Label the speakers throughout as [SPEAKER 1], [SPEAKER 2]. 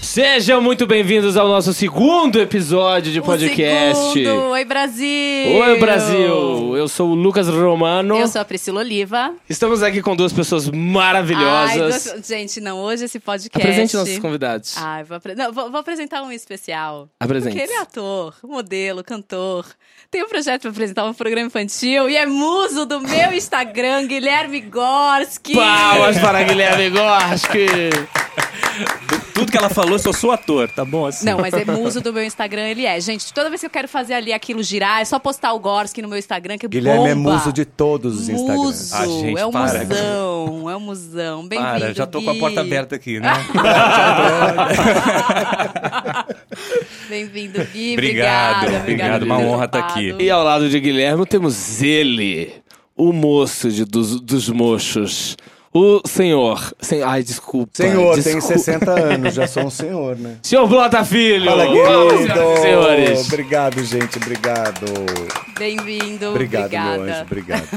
[SPEAKER 1] Sejam muito bem-vindos ao nosso segundo episódio de
[SPEAKER 2] O
[SPEAKER 1] podcast.
[SPEAKER 2] segundo. Oi, Brasil!
[SPEAKER 1] Oi, Brasil! Eu sou o Lucas Romano.
[SPEAKER 2] Eu sou a Priscila Oliva.
[SPEAKER 1] Estamos aqui com duas pessoas
[SPEAKER 2] Ai,
[SPEAKER 1] maravilhosas.
[SPEAKER 2] duas- Ah. Gente, não, hoje esse podcast...
[SPEAKER 1] Apresente nossos convidados.
[SPEAKER 2] Ai, vou, apre- não, vou- vou apresentar um especial.
[SPEAKER 1] Apresente.
[SPEAKER 2] Porque ele é ator, modelo, cantor. Tem um projeto pra apresentar um programa infantil e é muso do meu Instagram, Guilherme Gorski.
[SPEAKER 1] Palmas para Guilherme Gorski!
[SPEAKER 3] Tudo que ela falou, só sou ator, tá bom? Assim.
[SPEAKER 2] Não, mas é muso do meu Instagram, ele é. Gente, toda vez que eu quero fazer ali aquilo girar, é só postar o Gorski no meu Instagram, que
[SPEAKER 4] Guilherme
[SPEAKER 2] bomba.
[SPEAKER 4] é muso de todos os Instagrams.
[SPEAKER 2] Muso,
[SPEAKER 3] Ah, gente,
[SPEAKER 2] é um
[SPEAKER 3] para.
[SPEAKER 2] musão, é um musão. Bem-vindo,
[SPEAKER 3] Para, já tô com a
[SPEAKER 2] Gui.
[SPEAKER 3] porta aberta aqui, né?
[SPEAKER 2] Bem-vindo, Gui.
[SPEAKER 3] Obrigado,
[SPEAKER 2] Obrigada,
[SPEAKER 3] obrigado,
[SPEAKER 2] por
[SPEAKER 3] uma
[SPEAKER 2] ter
[SPEAKER 3] honra tá
[SPEAKER 2] topado.
[SPEAKER 3] aqui.
[SPEAKER 1] E ao lado de Guilherme temos ele, o moço de- dos, dos mochos. O senhor. Sen- ai, desculpa.
[SPEAKER 4] Senhor, tem
[SPEAKER 1] desculpa.
[SPEAKER 4] 60 anos, já sou um senhor, né?
[SPEAKER 1] Senhor Blota Filho!
[SPEAKER 4] Fala,
[SPEAKER 1] Palmas, senhoras e
[SPEAKER 4] querido!
[SPEAKER 1] senhores!
[SPEAKER 4] Obrigado, gente, obrigado.
[SPEAKER 2] Bem-vindo,
[SPEAKER 4] Obrigado,
[SPEAKER 2] obrigada.
[SPEAKER 4] meu anjo, obrigado.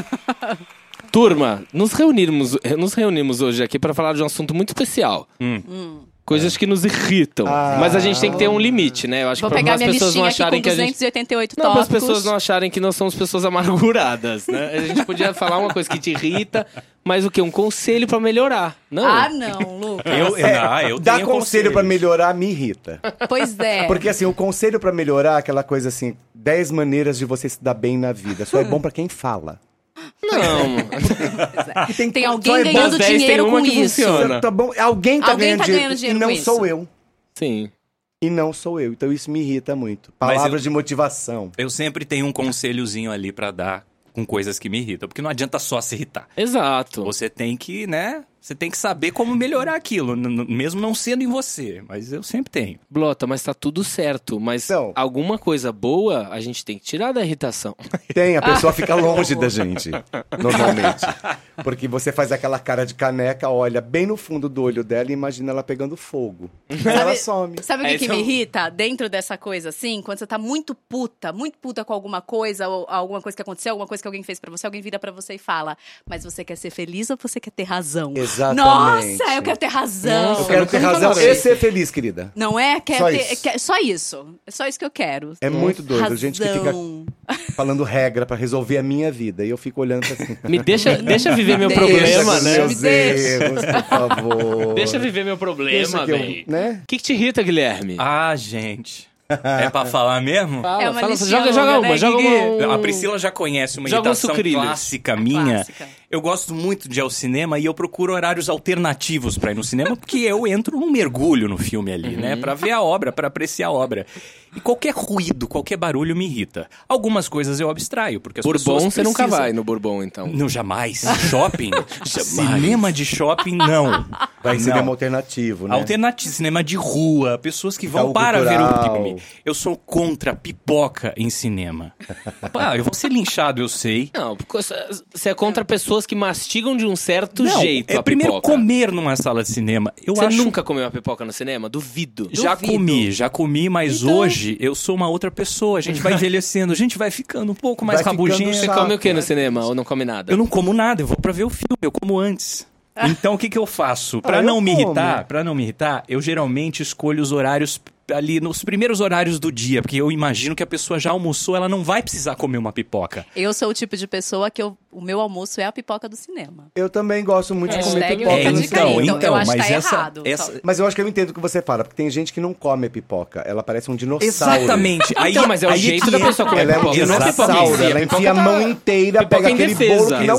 [SPEAKER 1] Turma, nos reunimos, nos reunimos hoje aqui para falar de um assunto muito especial. Hum. Coisas que nos irritam.
[SPEAKER 4] É. Ah.
[SPEAKER 1] Mas a gente tem que ter um limite, né? Eu acho
[SPEAKER 2] Vou
[SPEAKER 1] que pra
[SPEAKER 2] pegar
[SPEAKER 1] as
[SPEAKER 2] minha
[SPEAKER 1] pessoas não
[SPEAKER 2] listinha aqui
[SPEAKER 1] acharem
[SPEAKER 2] com
[SPEAKER 1] que a gente.
[SPEAKER 2] 288
[SPEAKER 1] Não, para as
[SPEAKER 2] tópicos.
[SPEAKER 1] pessoas não acharem que nós somos pessoas amarguradas, né? A gente podia falar uma coisa que te irrita, mas o quê? Um conselho para melhorar. Não.
[SPEAKER 2] Ah, não, Lucas.
[SPEAKER 3] Eu, eu, ah, eu
[SPEAKER 4] Dar
[SPEAKER 3] tenho
[SPEAKER 4] É, conselho pra melhorar me irrita.
[SPEAKER 2] Pois é.
[SPEAKER 4] Porque assim, o conselho pra melhorar é aquela coisa assim, 10 maneiras de você se dar bem na vida. Só é bom pra quem fala.
[SPEAKER 1] Não.
[SPEAKER 4] E tem,
[SPEAKER 2] Tem
[SPEAKER 4] só
[SPEAKER 2] alguém
[SPEAKER 4] é bom-
[SPEAKER 2] ganhando
[SPEAKER 1] Das 10 tem
[SPEAKER 2] dinheiro
[SPEAKER 1] uma
[SPEAKER 2] com
[SPEAKER 1] que
[SPEAKER 2] isso.
[SPEAKER 1] funciona. Ana.
[SPEAKER 4] Tá bom, alguém tá,
[SPEAKER 2] Alguém tá ganhando dinheiro
[SPEAKER 4] e não
[SPEAKER 2] com
[SPEAKER 4] sou
[SPEAKER 2] isso.
[SPEAKER 4] eu.
[SPEAKER 1] Sim.
[SPEAKER 4] E não sou eu. Então isso me irrita muito.
[SPEAKER 3] Mas eu-
[SPEAKER 4] Palavras de motivação.
[SPEAKER 3] Eu sempre tenho um conselhozinho ali pra dar com coisas que me irritam, porque não adianta só se irritar.
[SPEAKER 1] Exato.
[SPEAKER 3] Você tem que, né? Você tem que saber como melhorar aquilo, n- n- mesmo não sendo em você. Mas eu sempre tenho.
[SPEAKER 1] Blota, mas tá tudo certo. Mas
[SPEAKER 4] Então.
[SPEAKER 1] alguma coisa boa a gente tem que tirar da irritação.
[SPEAKER 4] Tem, a pessoa fica longe da gente, normalmente. Porque você faz aquela cara de caneca, olha bem no fundo do olho dela e imagina ela pegando fogo. Aí ela some.
[SPEAKER 2] Sabe o
[SPEAKER 1] É,
[SPEAKER 2] que, que
[SPEAKER 1] isso
[SPEAKER 2] me
[SPEAKER 1] é um-
[SPEAKER 2] irrita dentro dessa coisa, assim? Quando você tá muito puta, muito puta com alguma coisa, ou alguma coisa que aconteceu, alguma coisa que alguém fez pra você, alguém vira pra você e fala: Mas você quer ser feliz ou você quer ter razão?
[SPEAKER 4] Exatamente.
[SPEAKER 2] Nossa, eu quero ter razão.
[SPEAKER 1] Nossa,
[SPEAKER 4] Eu quero ter
[SPEAKER 1] nunca
[SPEAKER 4] razão
[SPEAKER 1] falei.
[SPEAKER 4] e ser feliz, querida.
[SPEAKER 2] Não é? Quer
[SPEAKER 4] Só
[SPEAKER 2] ter-
[SPEAKER 4] isso.
[SPEAKER 2] quer- só isso. É só isso que eu quero.
[SPEAKER 4] É muito doido.
[SPEAKER 2] Razão.
[SPEAKER 4] Gente que fica falando regra pra resolver a minha vida. E eu fico olhando pra assim.
[SPEAKER 1] Me deixa, deixa viver meu
[SPEAKER 2] Deixa
[SPEAKER 1] problema,
[SPEAKER 4] com
[SPEAKER 1] né?
[SPEAKER 4] Meus
[SPEAKER 2] Deixa.
[SPEAKER 4] erros, por favor.
[SPEAKER 1] Deixa viver meu
[SPEAKER 4] Deixa
[SPEAKER 1] problema,
[SPEAKER 4] que eu-
[SPEAKER 1] velho. O
[SPEAKER 4] né?
[SPEAKER 1] que, que te irrita, Guilherme?
[SPEAKER 3] Ah, gente. É pra falar mesmo?
[SPEAKER 1] Fala,
[SPEAKER 2] É uma
[SPEAKER 1] fala,
[SPEAKER 2] listinha
[SPEAKER 1] joga, joga
[SPEAKER 2] longa,
[SPEAKER 1] uma,
[SPEAKER 2] né,
[SPEAKER 1] joga
[SPEAKER 2] Guigui?
[SPEAKER 1] uma. um-
[SPEAKER 3] A Priscila já conhece uma
[SPEAKER 1] Joga um
[SPEAKER 3] irritação
[SPEAKER 1] sucrilhos.
[SPEAKER 3] clássica minha.
[SPEAKER 2] clássica.
[SPEAKER 3] Eu gosto muito de ir ao cinema e eu procuro horários alternativos pra ir no cinema, porque eu entro num mergulho no filme ali, né?
[SPEAKER 1] Uhum.
[SPEAKER 3] Pra ver a obra, pra apreciar a obra. E qualquer ruído, qualquer barulho me irrita. Algumas coisas eu abstraio, porque as pessoas
[SPEAKER 1] Bourbon, você nunca
[SPEAKER 3] precisam-
[SPEAKER 1] vai no Bourbon, então.
[SPEAKER 3] Não, jamais. Shopping? Cinema de shopping, não. Ah,
[SPEAKER 4] Vai em
[SPEAKER 3] Não.
[SPEAKER 4] cinema alternativo, né?
[SPEAKER 3] Alternativo, cinema de rua, pessoas que vão
[SPEAKER 4] Algo
[SPEAKER 3] para ver o
[SPEAKER 4] cultural.
[SPEAKER 3] filme. Eu sou contra pipoca em cinema. Pá, eu vou ser linchado, eu sei.
[SPEAKER 1] Não, porque você é contra pessoas que mastigam de um certo
[SPEAKER 3] Não,
[SPEAKER 1] jeito
[SPEAKER 3] é
[SPEAKER 1] a
[SPEAKER 3] primeiro
[SPEAKER 1] pipoca.
[SPEAKER 3] comer numa sala de cinema. Eu
[SPEAKER 1] Você
[SPEAKER 3] acho
[SPEAKER 1] nunca comeu uma pipoca no cinema? Duvido.
[SPEAKER 3] já
[SPEAKER 1] Duvido.
[SPEAKER 3] comi, já comi, mas
[SPEAKER 2] Então-
[SPEAKER 3] hoje eu sou uma outra pessoa. A gente vai envelhecendo, a gente vai ficando um pouco mais
[SPEAKER 4] Vai ficando
[SPEAKER 3] rabugento.
[SPEAKER 1] Você
[SPEAKER 4] chato.
[SPEAKER 1] come o que no cinema? Ou não come nada?
[SPEAKER 3] Eu não como nada, eu vou pra ver o filme, eu como antes.
[SPEAKER 1] Ah.
[SPEAKER 3] Então o que que eu faço? Pra
[SPEAKER 4] eu
[SPEAKER 3] não me
[SPEAKER 4] como.
[SPEAKER 3] irritar, para não me irritar, eu geralmente escolho os horários ali nos primeiros horários do dia, porque eu imagino que a pessoa já almoçou, ela não vai precisar comer uma pipoca.
[SPEAKER 2] Eu sou o tipo de pessoa que eu- o meu almoço é a pipoca do cinema.
[SPEAKER 4] Eu também gosto É muito de comer
[SPEAKER 2] Hashtag
[SPEAKER 4] pipoca
[SPEAKER 2] fica a
[SPEAKER 4] no
[SPEAKER 2] dica aí,
[SPEAKER 4] cinema.
[SPEAKER 2] então. eu acho que tá errado. Só-
[SPEAKER 4] Mas eu acho que eu entendo o que você fala, porque tem gente que não come pipoca. Ela parece um dinossauro.
[SPEAKER 3] Exatamente. Aí,
[SPEAKER 1] Então, mas é o
[SPEAKER 3] aí
[SPEAKER 1] jeito
[SPEAKER 3] que
[SPEAKER 1] da
[SPEAKER 3] é-
[SPEAKER 1] pessoa comer
[SPEAKER 4] Ela é um
[SPEAKER 1] pipoca. Não é pipoca em
[SPEAKER 4] dinossauro.
[SPEAKER 1] si,
[SPEAKER 4] Ela enfia a
[SPEAKER 1] pipoca
[SPEAKER 4] mão
[SPEAKER 1] tá-
[SPEAKER 4] inteira,
[SPEAKER 1] pipoca
[SPEAKER 4] pega
[SPEAKER 1] em
[SPEAKER 4] aquele
[SPEAKER 1] defesa.
[SPEAKER 4] bolo que não cabe na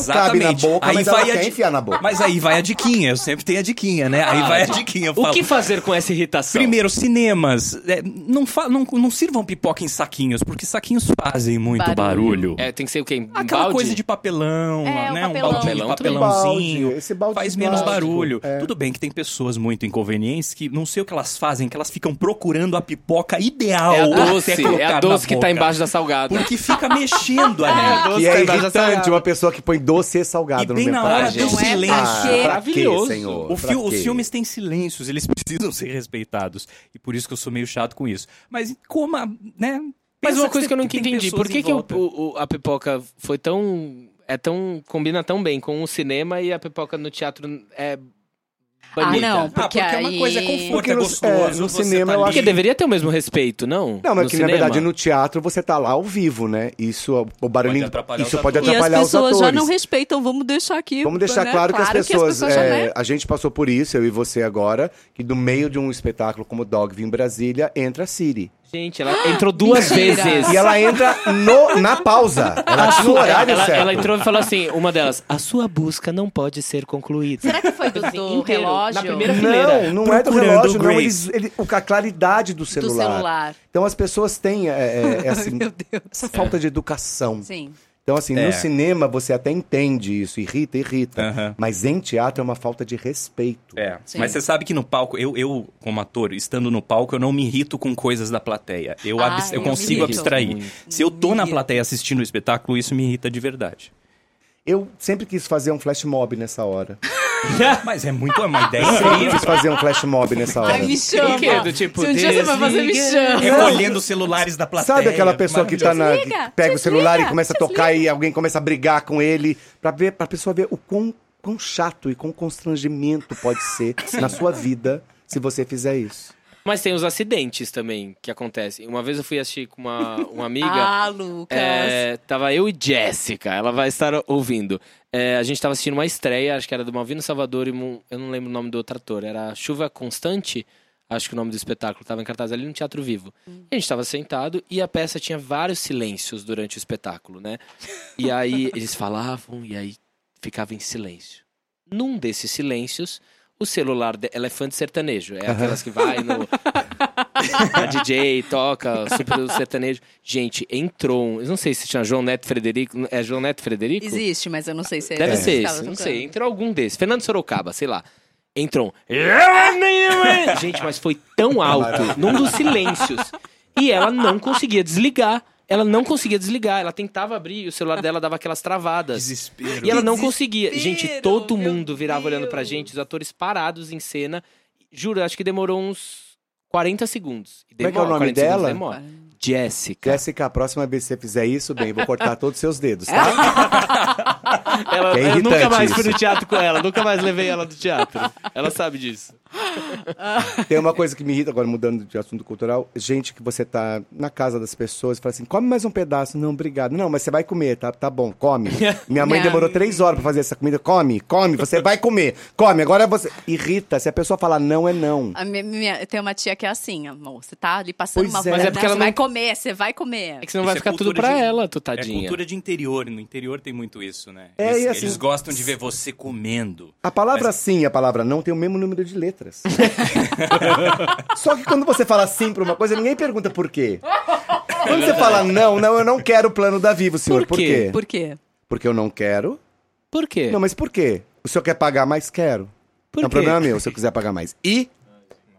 [SPEAKER 3] Exatamente.
[SPEAKER 4] boca,
[SPEAKER 3] aí
[SPEAKER 4] mas
[SPEAKER 3] vai
[SPEAKER 4] ela
[SPEAKER 3] a
[SPEAKER 4] quer
[SPEAKER 3] di-
[SPEAKER 4] enfiar na boca. Ah,
[SPEAKER 3] Mas aí vai a diquinha, eu sempre tenho a diquinha, né? Aí vai a diquinha. eu
[SPEAKER 1] O
[SPEAKER 3] falo.
[SPEAKER 1] que fazer com essa irritação?
[SPEAKER 3] Primeiro, cinemas. é, não, fa- não, não sirvam pipoca em saquinhos, porque saquinhos fazem muito
[SPEAKER 2] Barulho.
[SPEAKER 3] barulho.
[SPEAKER 1] É, tem que ser o quê? Em
[SPEAKER 3] Aquela
[SPEAKER 1] balde?
[SPEAKER 3] coisa de papelão,
[SPEAKER 2] É, um
[SPEAKER 3] né?
[SPEAKER 2] papelão.
[SPEAKER 3] baldinho de
[SPEAKER 1] Balde,
[SPEAKER 3] papelãozinho.
[SPEAKER 4] esse balde
[SPEAKER 3] Faz
[SPEAKER 4] de
[SPEAKER 3] menos
[SPEAKER 4] plástico.
[SPEAKER 3] barulho.
[SPEAKER 4] É.
[SPEAKER 3] Tudo bem que tem pessoas muito inconvenientes que não sei o que elas fazem, que elas ficam procurando a pipoca ideal.
[SPEAKER 1] É a
[SPEAKER 3] até
[SPEAKER 1] doce, é
[SPEAKER 3] colocar na
[SPEAKER 1] a doce que tá
[SPEAKER 3] boca.
[SPEAKER 1] embaixo da salgada.
[SPEAKER 3] Porque fica mexendo
[SPEAKER 1] É,
[SPEAKER 3] ali.
[SPEAKER 1] doce
[SPEAKER 4] Que
[SPEAKER 1] tá
[SPEAKER 4] é
[SPEAKER 1] embaixo da
[SPEAKER 4] irritante
[SPEAKER 1] salgada.
[SPEAKER 4] uma pessoa que põe doce e é salgado
[SPEAKER 3] E
[SPEAKER 4] no
[SPEAKER 3] bem
[SPEAKER 4] mesmo
[SPEAKER 3] na
[SPEAKER 4] prato.
[SPEAKER 3] hora do
[SPEAKER 4] Gente,
[SPEAKER 3] silêncio.
[SPEAKER 4] ah, pra quê,
[SPEAKER 1] Maravilhoso.
[SPEAKER 4] senhor?
[SPEAKER 3] O
[SPEAKER 4] Pra
[SPEAKER 3] fi- os
[SPEAKER 4] quê?
[SPEAKER 3] filmes têm silêncios, eles precisam ser respeitados. E por isso que eu sou meio chato com isso. Mas como, a- né?
[SPEAKER 1] Mas
[SPEAKER 3] pensa
[SPEAKER 1] uma coisa que eu
[SPEAKER 3] tem-
[SPEAKER 1] nunca
[SPEAKER 3] tem
[SPEAKER 1] entendi,
[SPEAKER 3] pessoas
[SPEAKER 1] por que,
[SPEAKER 3] em
[SPEAKER 1] que o-
[SPEAKER 3] volta.
[SPEAKER 1] o- o- a pipoca foi tão. É tão. combina tão bem com o cinema e a pipoca no teatro é banida?
[SPEAKER 2] Ah, não.
[SPEAKER 3] Ah, porque é uma
[SPEAKER 2] aí-
[SPEAKER 3] coisa, é conforto,
[SPEAKER 4] Porque
[SPEAKER 3] é
[SPEAKER 4] no-
[SPEAKER 3] gostoso.
[SPEAKER 4] é, no
[SPEAKER 3] você
[SPEAKER 4] cinema
[SPEAKER 3] tá
[SPEAKER 4] eu
[SPEAKER 3] ali.
[SPEAKER 4] acho
[SPEAKER 1] Porque deveria ter o mesmo respeito, não?
[SPEAKER 4] Não, mas é
[SPEAKER 1] No
[SPEAKER 4] que
[SPEAKER 1] cinema.
[SPEAKER 4] na verdade no teatro você tá lá ao vivo, né? Isso, o barulhinho.
[SPEAKER 3] atrapalhar
[SPEAKER 4] isso
[SPEAKER 3] os
[SPEAKER 4] pode
[SPEAKER 3] atores.
[SPEAKER 2] E as
[SPEAKER 4] atrapalhar os
[SPEAKER 2] pessoas
[SPEAKER 4] atores.
[SPEAKER 2] já não respeitam, vamos deixar aqui.
[SPEAKER 4] Vamos deixar
[SPEAKER 2] né?
[SPEAKER 4] claro, que as pessoas.
[SPEAKER 2] já,
[SPEAKER 4] é,
[SPEAKER 2] né?
[SPEAKER 4] A gente passou por isso, eu e você agora, que no meio de um espetáculo como Dog em Brasília, entra a Siri.
[SPEAKER 1] Gente, ela entrou duas
[SPEAKER 2] Mentira.
[SPEAKER 1] vezes.
[SPEAKER 4] E ela entra no- na pausa. Ela tinha o horário
[SPEAKER 1] ela,
[SPEAKER 4] certo.
[SPEAKER 1] ela entrou e falou assim: uma delas, a sua busca não pode ser concluída.
[SPEAKER 2] Será que foi do, do
[SPEAKER 1] Inteiro,
[SPEAKER 2] relógio?
[SPEAKER 1] na primeira fileira.
[SPEAKER 4] Não, não é do
[SPEAKER 3] Procurando
[SPEAKER 4] relógio,
[SPEAKER 3] o
[SPEAKER 4] não.
[SPEAKER 3] Grace.
[SPEAKER 4] Eles, ele, o- a claridade do
[SPEAKER 2] do
[SPEAKER 4] celular.
[SPEAKER 2] celular.
[SPEAKER 4] Então as pessoas têm é, é, é, assim,
[SPEAKER 2] Meu Deus.
[SPEAKER 4] essa falta de educação.
[SPEAKER 2] Sim.
[SPEAKER 4] Então, assim,
[SPEAKER 3] É.
[SPEAKER 4] no cinema você até entende isso, irrita, irrita.
[SPEAKER 3] Aham.
[SPEAKER 4] Mas em teatro é uma falta de respeito.
[SPEAKER 3] É,
[SPEAKER 2] Sim.
[SPEAKER 3] mas você sabe que no palco, eu, eu, como ator, estando no palco, eu não me irrito com coisas da plateia. Eu,
[SPEAKER 2] Ah,
[SPEAKER 3] abs-
[SPEAKER 2] eu
[SPEAKER 3] eu
[SPEAKER 2] me
[SPEAKER 3] consigo
[SPEAKER 2] irrito.
[SPEAKER 3] abstrair.
[SPEAKER 1] Muito.
[SPEAKER 3] Se eu tô
[SPEAKER 2] Me
[SPEAKER 3] na
[SPEAKER 2] irrito.
[SPEAKER 3] plateia assistindo o espetáculo, isso me irrita de verdade.
[SPEAKER 4] Eu sempre quis fazer um flash mob nessa hora.
[SPEAKER 3] Mas é muito é uma ideia
[SPEAKER 4] Sempre
[SPEAKER 3] incrível.
[SPEAKER 4] quis fazer um flash mob nessa hora.
[SPEAKER 2] Ai, me chama.
[SPEAKER 1] O
[SPEAKER 4] é
[SPEAKER 1] quê? Do tipo,
[SPEAKER 2] Se um dia você vai fazer, me
[SPEAKER 1] desliga.
[SPEAKER 2] chama.
[SPEAKER 3] Recolhendo É os celulares da plateia.
[SPEAKER 4] Sabe aquela pessoa que tá na.
[SPEAKER 2] Desliga,
[SPEAKER 4] que pega o celular e
[SPEAKER 2] desliga,
[SPEAKER 4] começa a tocar e alguém começa a brigar com ele pra ver, pra pessoa ver o quão, quão chato e quão constrangimento pode ser na sua vida se você fizer isso.
[SPEAKER 1] Mas tem os acidentes também que acontecem. Uma vez eu fui assistir com uma, uma amiga.
[SPEAKER 2] Ah, Lucas.
[SPEAKER 1] É, tava eu e Jéssica, ela vai estar ouvindo. É, a gente tava assistindo uma estreia, acho que era do Malvino Salvador e um- eu não lembro o nome do outro ator. Era Chuva Constante, acho que o nome do espetáculo. Tava em cartaz ali no Teatro Vivo. E a gente tava sentado e a peça tinha vários silêncios durante o espetáculo, né? E aí eles falavam e aí ficava em silêncio. Num desses silêncios, o celular de Elefante Sertanejo. É aquelas que vai no. a DJ toca, super do sertanejo. Gente, entrou um. Eu não sei se tinha João Neto Frederico. É João Neto Frederico?
[SPEAKER 2] Existe, mas eu não sei se é
[SPEAKER 1] Deve
[SPEAKER 2] esse
[SPEAKER 1] ser
[SPEAKER 2] que tava
[SPEAKER 1] esse, não
[SPEAKER 2] tocando.
[SPEAKER 1] sei. Entrou algum desses. Fernando Sorocaba, sei lá. Entrou um. Gente, mas foi tão alto, num dos silêncios. E ela não conseguia desligar. Ela não conseguia desligar. Ela tentava abrir e o celular dela dava aquelas travadas.
[SPEAKER 3] Desespero.
[SPEAKER 1] E ela não
[SPEAKER 2] Desespero,
[SPEAKER 1] conseguia. Gente, todo
[SPEAKER 2] meu
[SPEAKER 1] mundo virava olhando pra
[SPEAKER 2] Deus.
[SPEAKER 1] gente, os atores parados em cena. Juro, acho que demorou uns 40 segundos. E
[SPEAKER 4] Como é que é o
[SPEAKER 1] demora,
[SPEAKER 4] nome
[SPEAKER 1] 40 segundos
[SPEAKER 4] dela?
[SPEAKER 1] demora. Jéssica.
[SPEAKER 4] Jéssica, a próxima vez que você fizer isso, bem, eu vou cortar todos os seus dedos, tá?
[SPEAKER 1] Ela,
[SPEAKER 4] Que é
[SPEAKER 1] eu nunca
[SPEAKER 4] irritante
[SPEAKER 1] mais fui
[SPEAKER 4] isso.
[SPEAKER 1] no teatro com ela, nunca mais levei ela do teatro. Ela sabe disso.
[SPEAKER 4] Tem uma coisa que me irrita agora, mudando de assunto cultural. Gente que você tá na casa das pessoas e fala assim, come mais um pedaço. Não, obrigado. Não, mas você vai comer, tá? Tá bom, come. Minha mãe
[SPEAKER 2] Não.
[SPEAKER 4] demorou três horas pra fazer essa comida. Come, come, você vai comer. Come, agora você... Irrita, se a pessoa falar não, é não.
[SPEAKER 2] A minha, minha- eu tenho uma tia que é assim, amor. Você tá ali passando
[SPEAKER 4] Pois
[SPEAKER 2] uma
[SPEAKER 4] é.
[SPEAKER 2] fome,
[SPEAKER 4] Mas
[SPEAKER 1] é porque
[SPEAKER 2] né?
[SPEAKER 1] ela
[SPEAKER 2] Você
[SPEAKER 1] não-
[SPEAKER 2] vai comer, você vai comer.
[SPEAKER 1] É que senão vai
[SPEAKER 3] Isso é
[SPEAKER 1] ficar tudo
[SPEAKER 3] cultura
[SPEAKER 1] pra
[SPEAKER 3] de-
[SPEAKER 1] ela, tu
[SPEAKER 3] É
[SPEAKER 1] tadinha.
[SPEAKER 3] cultura de interior, no interior tem muito isso, né?
[SPEAKER 4] É,
[SPEAKER 3] eles,
[SPEAKER 4] e assim-
[SPEAKER 3] eles gostam de ver você comendo.
[SPEAKER 4] A palavra sim e a palavra não tem o mesmo número de letras. Só que quando você fala sim pra uma coisa, ninguém pergunta por quê. Quando você fala não, não, eu não quero o plano da Vivo, senhor.
[SPEAKER 1] Por
[SPEAKER 4] Por
[SPEAKER 1] quê?
[SPEAKER 4] quê?
[SPEAKER 2] Por quê?
[SPEAKER 4] Porque eu não quero.
[SPEAKER 1] Por quê?
[SPEAKER 4] Não, mas por quê? O senhor quer pagar mais? Quero.
[SPEAKER 1] Por
[SPEAKER 4] é um
[SPEAKER 1] quê?
[SPEAKER 4] problema meu, se eu quiser pagar mais. E?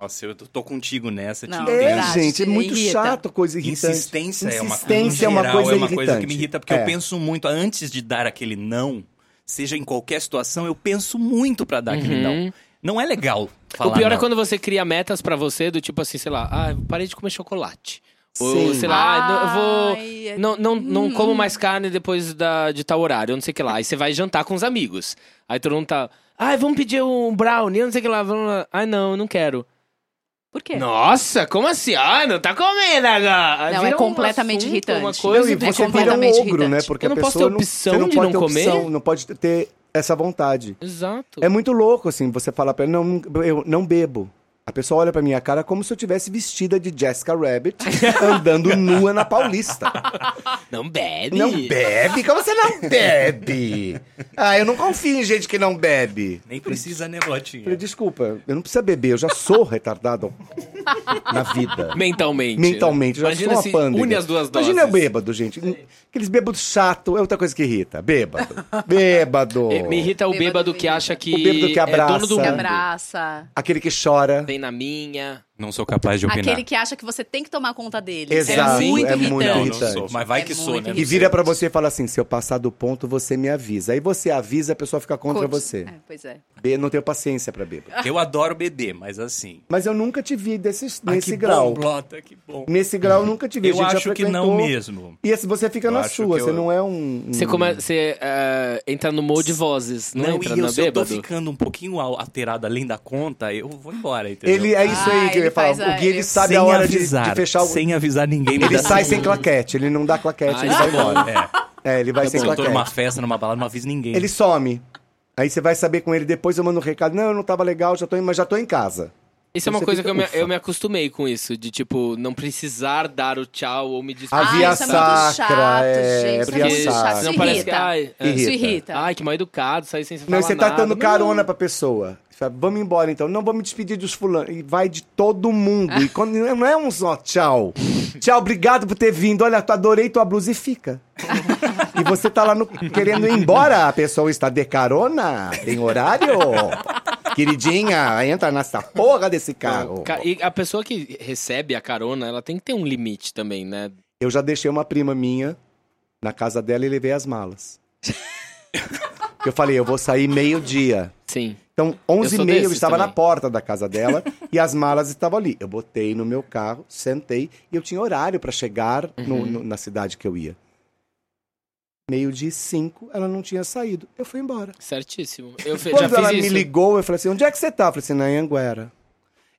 [SPEAKER 3] Nossa, eu tô- tô contigo nessa, te
[SPEAKER 2] Não,
[SPEAKER 3] entendo.
[SPEAKER 4] É,
[SPEAKER 2] verdade,
[SPEAKER 4] gente, é
[SPEAKER 2] te
[SPEAKER 4] muito
[SPEAKER 2] irrita.
[SPEAKER 4] chato, coisa irritante.
[SPEAKER 3] Insistência, é uma,
[SPEAKER 4] Insistência é
[SPEAKER 3] em
[SPEAKER 4] uma
[SPEAKER 3] geral,
[SPEAKER 4] coisa
[SPEAKER 3] é uma coisa
[SPEAKER 4] irritante.
[SPEAKER 3] que me irrita, porque
[SPEAKER 4] É.
[SPEAKER 3] eu penso muito, antes de dar aquele não, seja em qualquer situação, eu penso muito pra dar aquele não. Não é legal falar
[SPEAKER 1] Uhum. o pior
[SPEAKER 3] não.
[SPEAKER 1] é quando você cria metas pra você do tipo assim, sei lá, ah, eu parei de comer chocolate. Ou,
[SPEAKER 4] Sim.
[SPEAKER 1] sei lá, ah, não-
[SPEAKER 2] Ai,
[SPEAKER 1] eu
[SPEAKER 2] é-
[SPEAKER 1] vou. Não, não, não como mais carne depois da, de tal horário, eu não sei o que lá. Aí você vai jantar com os amigos. Aí todo mundo tá. Ai, vamos pedir um brownie, eu não sei o que lá. Vamos lá. Ai, não, eu não quero.
[SPEAKER 2] Por quê?
[SPEAKER 1] Nossa, como assim? Ai, não tá comendo agora.
[SPEAKER 2] Não,
[SPEAKER 1] Vira um
[SPEAKER 2] é completamente
[SPEAKER 1] assunto,
[SPEAKER 2] irritante.
[SPEAKER 1] Uma
[SPEAKER 4] Não,
[SPEAKER 1] coisa
[SPEAKER 4] e
[SPEAKER 2] é
[SPEAKER 4] você vira um
[SPEAKER 2] completamente
[SPEAKER 4] ogro, né?
[SPEAKER 2] irritante.
[SPEAKER 4] Porque
[SPEAKER 1] Eu
[SPEAKER 4] a
[SPEAKER 1] não posso
[SPEAKER 4] pessoa
[SPEAKER 1] ter
[SPEAKER 4] não,
[SPEAKER 1] opção
[SPEAKER 4] você não
[SPEAKER 1] de
[SPEAKER 4] pode
[SPEAKER 1] não
[SPEAKER 4] ter opção,
[SPEAKER 1] comer?
[SPEAKER 4] não pode ter essa vontade.
[SPEAKER 1] Exato.
[SPEAKER 4] É muito louco, assim, você falar pra ela, não, eu não bebo. A pessoa olha pra minha cara como se eu tivesse vestida de Jessica Rabbit, andando nua na Paulista.
[SPEAKER 1] Não bebe.
[SPEAKER 4] Não bebe? Como você não bebe? Ah, eu não confio em gente que não bebe.
[SPEAKER 3] Nem precisa, né,
[SPEAKER 4] Eu falei,
[SPEAKER 3] Botinha?
[SPEAKER 4] desculpa, eu não preciso beber, eu já sou retardado. na vida.
[SPEAKER 1] Mentalmente. né?
[SPEAKER 3] né?
[SPEAKER 4] Mentalmente, eu já
[SPEAKER 1] Imagina
[SPEAKER 4] sou uma
[SPEAKER 1] se
[SPEAKER 4] pândega.
[SPEAKER 1] une as duas doses.
[SPEAKER 4] Imagina eu bêbado, gente. Aqueles bêbados chato é outra coisa que irrita. Bêbado. Bêbado.
[SPEAKER 3] É,
[SPEAKER 1] É, Me irrita o
[SPEAKER 2] Bêbado
[SPEAKER 1] bêbado
[SPEAKER 2] me
[SPEAKER 1] que
[SPEAKER 2] irrita.
[SPEAKER 1] acha que,
[SPEAKER 4] O bêbado que
[SPEAKER 1] é dono
[SPEAKER 4] abraça.
[SPEAKER 1] do
[SPEAKER 2] Que
[SPEAKER 4] Sabe?
[SPEAKER 1] mundo.
[SPEAKER 2] abraça.
[SPEAKER 4] Aquele que chora.
[SPEAKER 1] Vem na minha.
[SPEAKER 3] Não sou capaz de opinar.
[SPEAKER 2] Aquele que acha que você tem que tomar conta dele.
[SPEAKER 4] Exato,
[SPEAKER 2] É muito
[SPEAKER 4] é
[SPEAKER 2] irritante.
[SPEAKER 4] muito
[SPEAKER 3] Não, não
[SPEAKER 4] irritante.
[SPEAKER 3] sou. Mas vai
[SPEAKER 2] É
[SPEAKER 3] que sou,
[SPEAKER 2] muito
[SPEAKER 3] né?
[SPEAKER 4] E vira pra você e fala assim: se eu passar do ponto, você me avisa. Aí você avisa, a pessoa fica contra
[SPEAKER 2] Coach.
[SPEAKER 4] você.
[SPEAKER 2] É, pois é.
[SPEAKER 4] B, não tenho paciência pra bêbado.
[SPEAKER 3] Eu adoro beber, mas assim.
[SPEAKER 4] Mas eu nunca te vi desse,
[SPEAKER 3] Ah,
[SPEAKER 4] nesse
[SPEAKER 3] que
[SPEAKER 4] grau.
[SPEAKER 3] bom, Blota, que bom.
[SPEAKER 4] Nesse grau eu nunca te vi. A
[SPEAKER 3] Eu
[SPEAKER 4] gente já
[SPEAKER 3] acho que não
[SPEAKER 4] frequentou.
[SPEAKER 3] mesmo.
[SPEAKER 4] E assim, você fica
[SPEAKER 3] Eu
[SPEAKER 4] na
[SPEAKER 3] acho
[SPEAKER 4] sua,
[SPEAKER 3] que
[SPEAKER 4] você
[SPEAKER 3] eu-
[SPEAKER 4] não é um. um-
[SPEAKER 1] Você, come- você, eh, entra no mode vozes, não, entra
[SPEAKER 3] e eu,
[SPEAKER 1] na
[SPEAKER 3] se eu tô
[SPEAKER 1] bêbado?
[SPEAKER 3] ficando um pouquinho al- alterado além da conta, eu vou embora, entendeu?
[SPEAKER 4] Ele é isso aí
[SPEAKER 2] Ah,
[SPEAKER 4] que eu
[SPEAKER 2] ele
[SPEAKER 4] ia falar.
[SPEAKER 2] faz a-
[SPEAKER 4] O Gui ele
[SPEAKER 2] ele-
[SPEAKER 4] sabe
[SPEAKER 3] sem
[SPEAKER 4] a hora de,
[SPEAKER 3] avisar,
[SPEAKER 4] de fechar o.
[SPEAKER 3] Sem avisar ninguém. me
[SPEAKER 4] Ele
[SPEAKER 3] dá
[SPEAKER 4] sai
[SPEAKER 3] assim,
[SPEAKER 4] sem claquete, ele não dá claquete,
[SPEAKER 1] Ah,
[SPEAKER 4] ele
[SPEAKER 1] isso
[SPEAKER 4] vai
[SPEAKER 1] é bom.
[SPEAKER 4] embora.
[SPEAKER 3] É.
[SPEAKER 4] É, ele vai
[SPEAKER 3] Se
[SPEAKER 4] sem
[SPEAKER 3] eu tô
[SPEAKER 4] claquete.
[SPEAKER 3] numa festa, numa balada, não aviso ninguém.
[SPEAKER 4] Ele some. Aí você vai saber com ele depois, eu mando um recado. Não, eu não tava legal, já tô em, mas já tô em casa.
[SPEAKER 1] Isso é uma
[SPEAKER 4] Você
[SPEAKER 1] coisa
[SPEAKER 4] fica,
[SPEAKER 1] que eu
[SPEAKER 4] ufa.
[SPEAKER 1] me, eu me acostumei com isso, de tipo, não precisar dar o tchau ou me despedir.
[SPEAKER 4] A via
[SPEAKER 2] ah, isso é muito chato,
[SPEAKER 4] sacra, é,
[SPEAKER 2] gente. Isso é
[SPEAKER 4] via
[SPEAKER 2] muito
[SPEAKER 4] sacra.
[SPEAKER 2] chato. Isso
[SPEAKER 1] Não parece que,
[SPEAKER 2] irrita.
[SPEAKER 1] ai, é.
[SPEAKER 4] Irrita.
[SPEAKER 2] Isso irrita.
[SPEAKER 1] Ai, que mal educado, sair sem se falar
[SPEAKER 4] Não, você tá
[SPEAKER 1] nada.
[SPEAKER 4] dando carona pra pessoa. Você fala, vamos embora então. Não, vou me despedir dos fulanos. E vai de todo mundo. E quando, não é um só tchau. Tchau, obrigado por ter vindo. Olha, tu- adorei tua blusa e fica. e você tá lá no- querendo ir embora. A pessoa está de carona. Tem horário. Queridinha, entra nessa porra desse carro.
[SPEAKER 1] Ca- E a pessoa que recebe a carona, ela tem que ter um limite também, né?
[SPEAKER 4] Eu já deixei uma prima minha na casa dela e levei as malas. eu falei, eu vou sair meio-dia.
[SPEAKER 1] Sim.
[SPEAKER 4] Então, 11
[SPEAKER 1] Eu
[SPEAKER 4] e
[SPEAKER 1] sou
[SPEAKER 4] meia eu
[SPEAKER 1] desses
[SPEAKER 4] estava
[SPEAKER 1] também.
[SPEAKER 4] na porta da casa dela e as malas estavam ali. Eu botei no meu carro, sentei e eu tinha horário para chegar no-
[SPEAKER 1] Uhum.
[SPEAKER 4] no- na cidade que eu ia. Meio dia e cinco, ela não tinha saído. Eu fui embora.
[SPEAKER 1] Certíssimo. Eu fe- já
[SPEAKER 4] Quando
[SPEAKER 1] fiz
[SPEAKER 4] ela
[SPEAKER 1] isso.
[SPEAKER 4] me ligou, eu falei assim, onde é que você tá? Eu falei assim, na Anguera.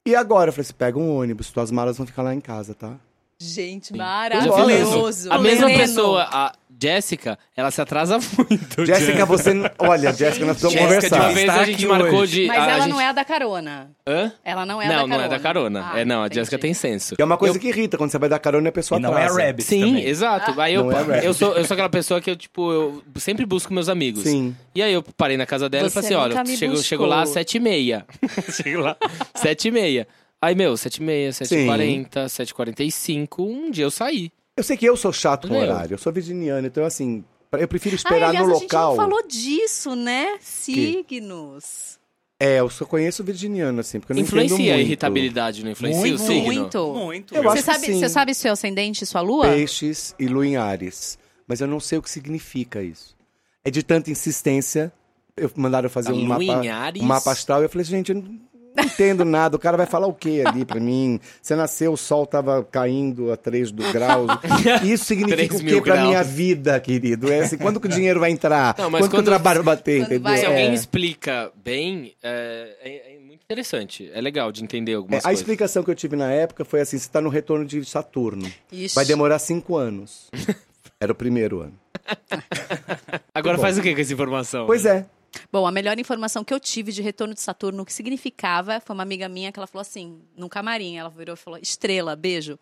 [SPEAKER 4] E agora? Eu falei assim, pega um ônibus, tuas malas vão ficar lá em casa, tá?
[SPEAKER 2] Gente,
[SPEAKER 1] Maravilhoso.
[SPEAKER 2] maravilhoso.
[SPEAKER 1] A mesma
[SPEAKER 2] Pleno.
[SPEAKER 1] pessoa, a Jéssica, ela se atrasa muito.
[SPEAKER 4] Jéssica, você... n- Olha, Jéssica, nós precisamos
[SPEAKER 3] Jéssica,
[SPEAKER 1] Uma
[SPEAKER 4] conversar.
[SPEAKER 3] devia-
[SPEAKER 1] vez
[SPEAKER 3] Está
[SPEAKER 1] a gente
[SPEAKER 3] aqui
[SPEAKER 1] marcou
[SPEAKER 3] hoje.
[SPEAKER 1] de.
[SPEAKER 2] Mas ela
[SPEAKER 1] a
[SPEAKER 2] não
[SPEAKER 1] gente-
[SPEAKER 2] é a da carona.
[SPEAKER 1] Hã?
[SPEAKER 2] Ela não é a da
[SPEAKER 1] Não,
[SPEAKER 2] carona.
[SPEAKER 1] não é da carona.
[SPEAKER 2] Ah,
[SPEAKER 1] é, não, a
[SPEAKER 2] entendi.
[SPEAKER 1] Jéssica tem senso.
[SPEAKER 4] Que é uma coisa
[SPEAKER 1] Eu-
[SPEAKER 4] que irrita, quando você vai dar carona e a pessoa
[SPEAKER 3] E não é
[SPEAKER 4] atrasa.
[SPEAKER 3] rabbit
[SPEAKER 1] Sim,
[SPEAKER 3] também.
[SPEAKER 1] exato. Aí eu,
[SPEAKER 4] Não é rap.
[SPEAKER 1] eu, sou, eu sou aquela pessoa que eu, tipo, eu sempre busco meus amigos.
[SPEAKER 4] Sim.
[SPEAKER 1] E aí eu parei na casa dela
[SPEAKER 2] Você
[SPEAKER 1] e falei assim,
[SPEAKER 2] nunca
[SPEAKER 1] olha,
[SPEAKER 2] me
[SPEAKER 1] chego,
[SPEAKER 2] buscou.
[SPEAKER 1] chego lá às sete e meia. chego lá sete e meia. Aí, meu, sete e meia, sete e
[SPEAKER 4] Sim.
[SPEAKER 1] quarenta, sete e quarenta e cinco, um dia eu saí.
[SPEAKER 4] Eu sei que eu sou chato com
[SPEAKER 1] Meu.
[SPEAKER 4] horário, eu sou virginiano, então assim, pra- eu prefiro
[SPEAKER 2] Ai,
[SPEAKER 4] esperar
[SPEAKER 2] aliás,
[SPEAKER 4] no
[SPEAKER 2] a gente não
[SPEAKER 4] local.
[SPEAKER 2] falou disso, né? Signos.
[SPEAKER 4] É, eu só conheço virginiano, assim, porque eu não entendo
[SPEAKER 1] Influencia
[SPEAKER 4] muito.
[SPEAKER 1] a irritabilidade, não influencia
[SPEAKER 3] Muito,
[SPEAKER 1] o signo?
[SPEAKER 2] Muito.
[SPEAKER 3] Muito. Eu
[SPEAKER 4] Eu
[SPEAKER 2] Você
[SPEAKER 4] acho que
[SPEAKER 2] sabe,
[SPEAKER 4] sim.
[SPEAKER 2] você sabe seu ascendente e sua lua?
[SPEAKER 4] Peixes e lua em Ares. Mas eu não sei o que significa isso. É de tanta insistência, eu, mandaram eu fazer
[SPEAKER 1] A
[SPEAKER 4] um
[SPEAKER 1] lua
[SPEAKER 4] mapa,
[SPEAKER 1] em Ares?
[SPEAKER 4] um mapa astral, e eu falei, gente, eu não não entendo nada, o cara vai falar o quê ali pra mim? Você nasceu, o sol tava caindo a 3 do graus. Isso significa
[SPEAKER 1] Três
[SPEAKER 4] o
[SPEAKER 1] mil
[SPEAKER 4] quê pra
[SPEAKER 1] graus.
[SPEAKER 4] minha vida, querido? É assim, quando que o dinheiro vai entrar?
[SPEAKER 1] Não, mas
[SPEAKER 4] quando, que o
[SPEAKER 1] quando-
[SPEAKER 4] trabalho vai bater,
[SPEAKER 2] Quando
[SPEAKER 4] entendeu?
[SPEAKER 2] vai-
[SPEAKER 1] Se alguém
[SPEAKER 4] É.
[SPEAKER 1] explica bem, é, é- é muito interessante. É legal de entender
[SPEAKER 4] É,
[SPEAKER 1] algumas
[SPEAKER 4] a
[SPEAKER 1] coisas.
[SPEAKER 4] explicação que eu tive na época foi assim: você está no retorno de Saturno.
[SPEAKER 2] Ixi.
[SPEAKER 4] Vai demorar cinco anos. Era o primeiro ano.
[SPEAKER 1] Agora faz o que com essa informação?
[SPEAKER 4] Pois é.
[SPEAKER 2] Bom, a melhor informação que eu tive de retorno de Saturno, o que significava, foi uma amiga minha que ela falou assim, num camarim, ela virou e falou, estrela, beijo.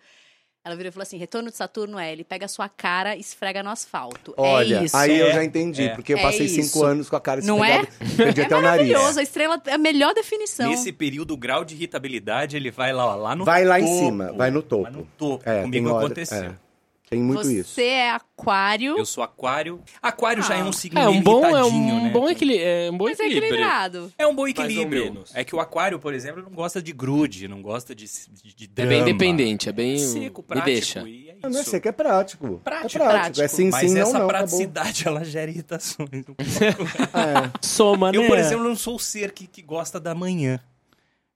[SPEAKER 2] Ela virou e falou assim, retorno de Saturno é, ele pega a sua cara e esfrega no asfalto.
[SPEAKER 4] Olha,
[SPEAKER 2] é isso.
[SPEAKER 4] aí eu
[SPEAKER 3] É,
[SPEAKER 4] já entendi,
[SPEAKER 3] é.
[SPEAKER 4] porque eu
[SPEAKER 2] É
[SPEAKER 4] passei
[SPEAKER 2] isso.
[SPEAKER 4] cinco anos com a cara
[SPEAKER 2] Não é?
[SPEAKER 4] esfregada. Perdi até o nariz.
[SPEAKER 2] Maravilhoso, a estrela é a melhor definição.
[SPEAKER 3] Nesse período, o grau de irritabilidade, ele vai lá, ó, lá no
[SPEAKER 4] Vai lá em
[SPEAKER 3] topo.
[SPEAKER 4] cima, vai no topo.
[SPEAKER 3] Vai no topo.
[SPEAKER 4] É,
[SPEAKER 3] Comigo
[SPEAKER 4] tem hora-
[SPEAKER 3] aconteceu.
[SPEAKER 4] é. Tem muito
[SPEAKER 2] Você
[SPEAKER 4] isso.
[SPEAKER 2] é aquário,
[SPEAKER 3] Eu sou aquário. Aquário já é um signo
[SPEAKER 1] É um bom, é um
[SPEAKER 3] irritadinho, né?
[SPEAKER 1] bom equilíbrio. É um bom
[SPEAKER 2] mas é
[SPEAKER 1] equilíbrio.
[SPEAKER 2] equilibrado.
[SPEAKER 3] É um bom
[SPEAKER 1] ou
[SPEAKER 3] equilíbrio.
[SPEAKER 1] menos.
[SPEAKER 3] É que o aquário, por exemplo, não gosta de grude, não gosta de, de, de
[SPEAKER 1] É bem
[SPEAKER 3] drama.
[SPEAKER 1] independente, é bem.
[SPEAKER 3] seco,
[SPEAKER 1] me
[SPEAKER 3] prático.
[SPEAKER 1] deixa.
[SPEAKER 3] E é isso.
[SPEAKER 4] Não, Não é seco, é prático.
[SPEAKER 3] Prático,
[SPEAKER 4] é prático.
[SPEAKER 2] prático.
[SPEAKER 4] É sim,
[SPEAKER 3] Mas
[SPEAKER 4] sim, não,
[SPEAKER 3] essa
[SPEAKER 4] não. acabou.
[SPEAKER 3] praticidade, ela gera irritações. um
[SPEAKER 4] É.
[SPEAKER 1] Soma, né?
[SPEAKER 3] Eu, por exemplo, não sou o ser que, que gosta da manhã.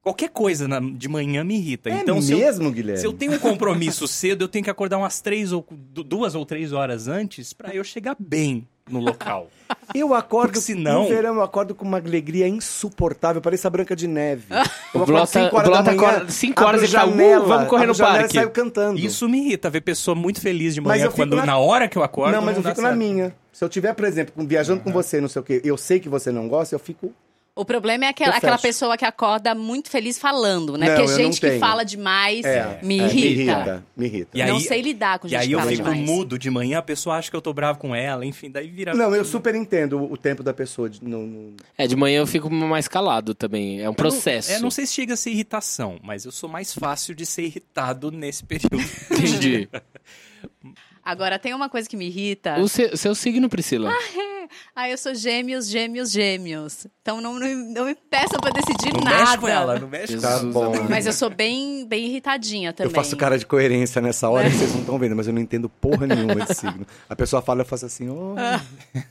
[SPEAKER 3] Qualquer coisa na- de manhã me irrita.
[SPEAKER 4] É
[SPEAKER 3] então, se eu-
[SPEAKER 4] mesmo,
[SPEAKER 3] se eu,
[SPEAKER 4] Guilherme?
[SPEAKER 3] tenho um compromisso cedo, eu tenho que acordar umas três ou du- duas ou três horas antes pra eu chegar bem no local.
[SPEAKER 4] Eu acordo,
[SPEAKER 3] Porque senão-
[SPEAKER 4] no verão, eu acordo com uma alegria insuportável, parece a Branca de Neve. Eu
[SPEAKER 1] O
[SPEAKER 4] acordo
[SPEAKER 1] Blota-
[SPEAKER 4] cinco
[SPEAKER 1] o
[SPEAKER 4] horas da
[SPEAKER 1] Blota
[SPEAKER 4] manhã,
[SPEAKER 1] acorda cinco horas
[SPEAKER 4] abro
[SPEAKER 1] e fala, "Uh,
[SPEAKER 4] janela,
[SPEAKER 1] vamos correr
[SPEAKER 4] abro
[SPEAKER 1] no
[SPEAKER 4] janela e
[SPEAKER 1] parque."
[SPEAKER 4] saio cantando.
[SPEAKER 3] Isso me irrita, ver pessoa muito feliz de
[SPEAKER 4] Mas
[SPEAKER 3] manhã
[SPEAKER 4] eu fico
[SPEAKER 3] quando na...
[SPEAKER 4] na-
[SPEAKER 3] hora que eu acordo.
[SPEAKER 4] não, mas eu
[SPEAKER 3] dá
[SPEAKER 4] fico na
[SPEAKER 3] certo.
[SPEAKER 4] minha. Se eu tiver, por exemplo, com- viajando com você, não sei o quê, eu sei que você não gosta, eu fico
[SPEAKER 2] O problema é aquela,
[SPEAKER 4] Eu
[SPEAKER 2] aquela
[SPEAKER 4] fecho.
[SPEAKER 2] pessoa que acorda muito feliz falando, né?
[SPEAKER 4] Não,
[SPEAKER 2] Porque
[SPEAKER 4] eu
[SPEAKER 2] gente
[SPEAKER 4] não
[SPEAKER 2] que
[SPEAKER 4] tenho.
[SPEAKER 2] fala demais
[SPEAKER 4] É,
[SPEAKER 2] me
[SPEAKER 4] é, Me
[SPEAKER 2] irrita.
[SPEAKER 4] irrita, me irrita.
[SPEAKER 3] E aí-
[SPEAKER 2] não sei lidar com
[SPEAKER 3] E
[SPEAKER 2] gente
[SPEAKER 3] aí
[SPEAKER 2] que
[SPEAKER 3] eu
[SPEAKER 2] fala
[SPEAKER 3] fico
[SPEAKER 2] demais.
[SPEAKER 3] mudo de manhã, a pessoa acha que eu tô bravo com ela, enfim, daí vira.
[SPEAKER 4] Não, eu super entendo o tempo da pessoa. De, não, não-
[SPEAKER 1] É, de manhã eu fico mais calado também. É um processo.
[SPEAKER 3] É, não sei se chega a ser irritação, mas eu sou mais fácil de ser irritado nesse período.
[SPEAKER 1] Entendi.
[SPEAKER 2] Agora, tem uma coisa que me
[SPEAKER 3] É.
[SPEAKER 2] irrita.
[SPEAKER 1] O seu, seu signo, Priscila?
[SPEAKER 4] Tá
[SPEAKER 2] Ah, eu sou gêmeos, gêmeos, gêmeos. Então não, não, não me peça pra decidir
[SPEAKER 3] Não
[SPEAKER 2] nada.
[SPEAKER 3] mexe com ela, não mexe com
[SPEAKER 1] Jesus
[SPEAKER 3] ela.
[SPEAKER 4] Tá bom.
[SPEAKER 1] amado.
[SPEAKER 2] Mas eu sou bem, bem irritadinha
[SPEAKER 4] Eu
[SPEAKER 2] também. É.
[SPEAKER 4] faço cara de coerência nessa hora que vocês não estão vendo, mas eu não entendo porra nenhuma de signo. A pessoa fala, eu faço assim, ô.
[SPEAKER 2] Ah.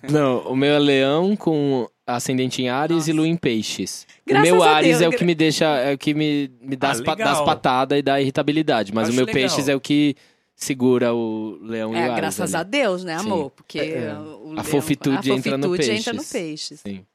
[SPEAKER 1] Não, o meu é leão com ascendente em Ares e lua em peixes.
[SPEAKER 2] Graças
[SPEAKER 1] o meu
[SPEAKER 2] a Deus,
[SPEAKER 1] Ares é o
[SPEAKER 2] gra-
[SPEAKER 1] que me deixa, é o que me, me dá
[SPEAKER 3] Ah,
[SPEAKER 1] as pa-
[SPEAKER 3] legal.
[SPEAKER 1] dá as patadas e dá a irritabilidade. Mas
[SPEAKER 3] Acho
[SPEAKER 1] o meu
[SPEAKER 3] legal.
[SPEAKER 1] peixes é o que segura o leão e
[SPEAKER 2] É,
[SPEAKER 1] o Ares.
[SPEAKER 2] graças a
[SPEAKER 1] ali.
[SPEAKER 2] Deus, né, amor? Porque
[SPEAKER 4] É.
[SPEAKER 2] o
[SPEAKER 1] A
[SPEAKER 2] leão-
[SPEAKER 1] fofitude
[SPEAKER 2] a
[SPEAKER 1] entra no
[SPEAKER 2] fofitude
[SPEAKER 1] peixes.
[SPEAKER 2] entra no peixes.
[SPEAKER 1] Sim.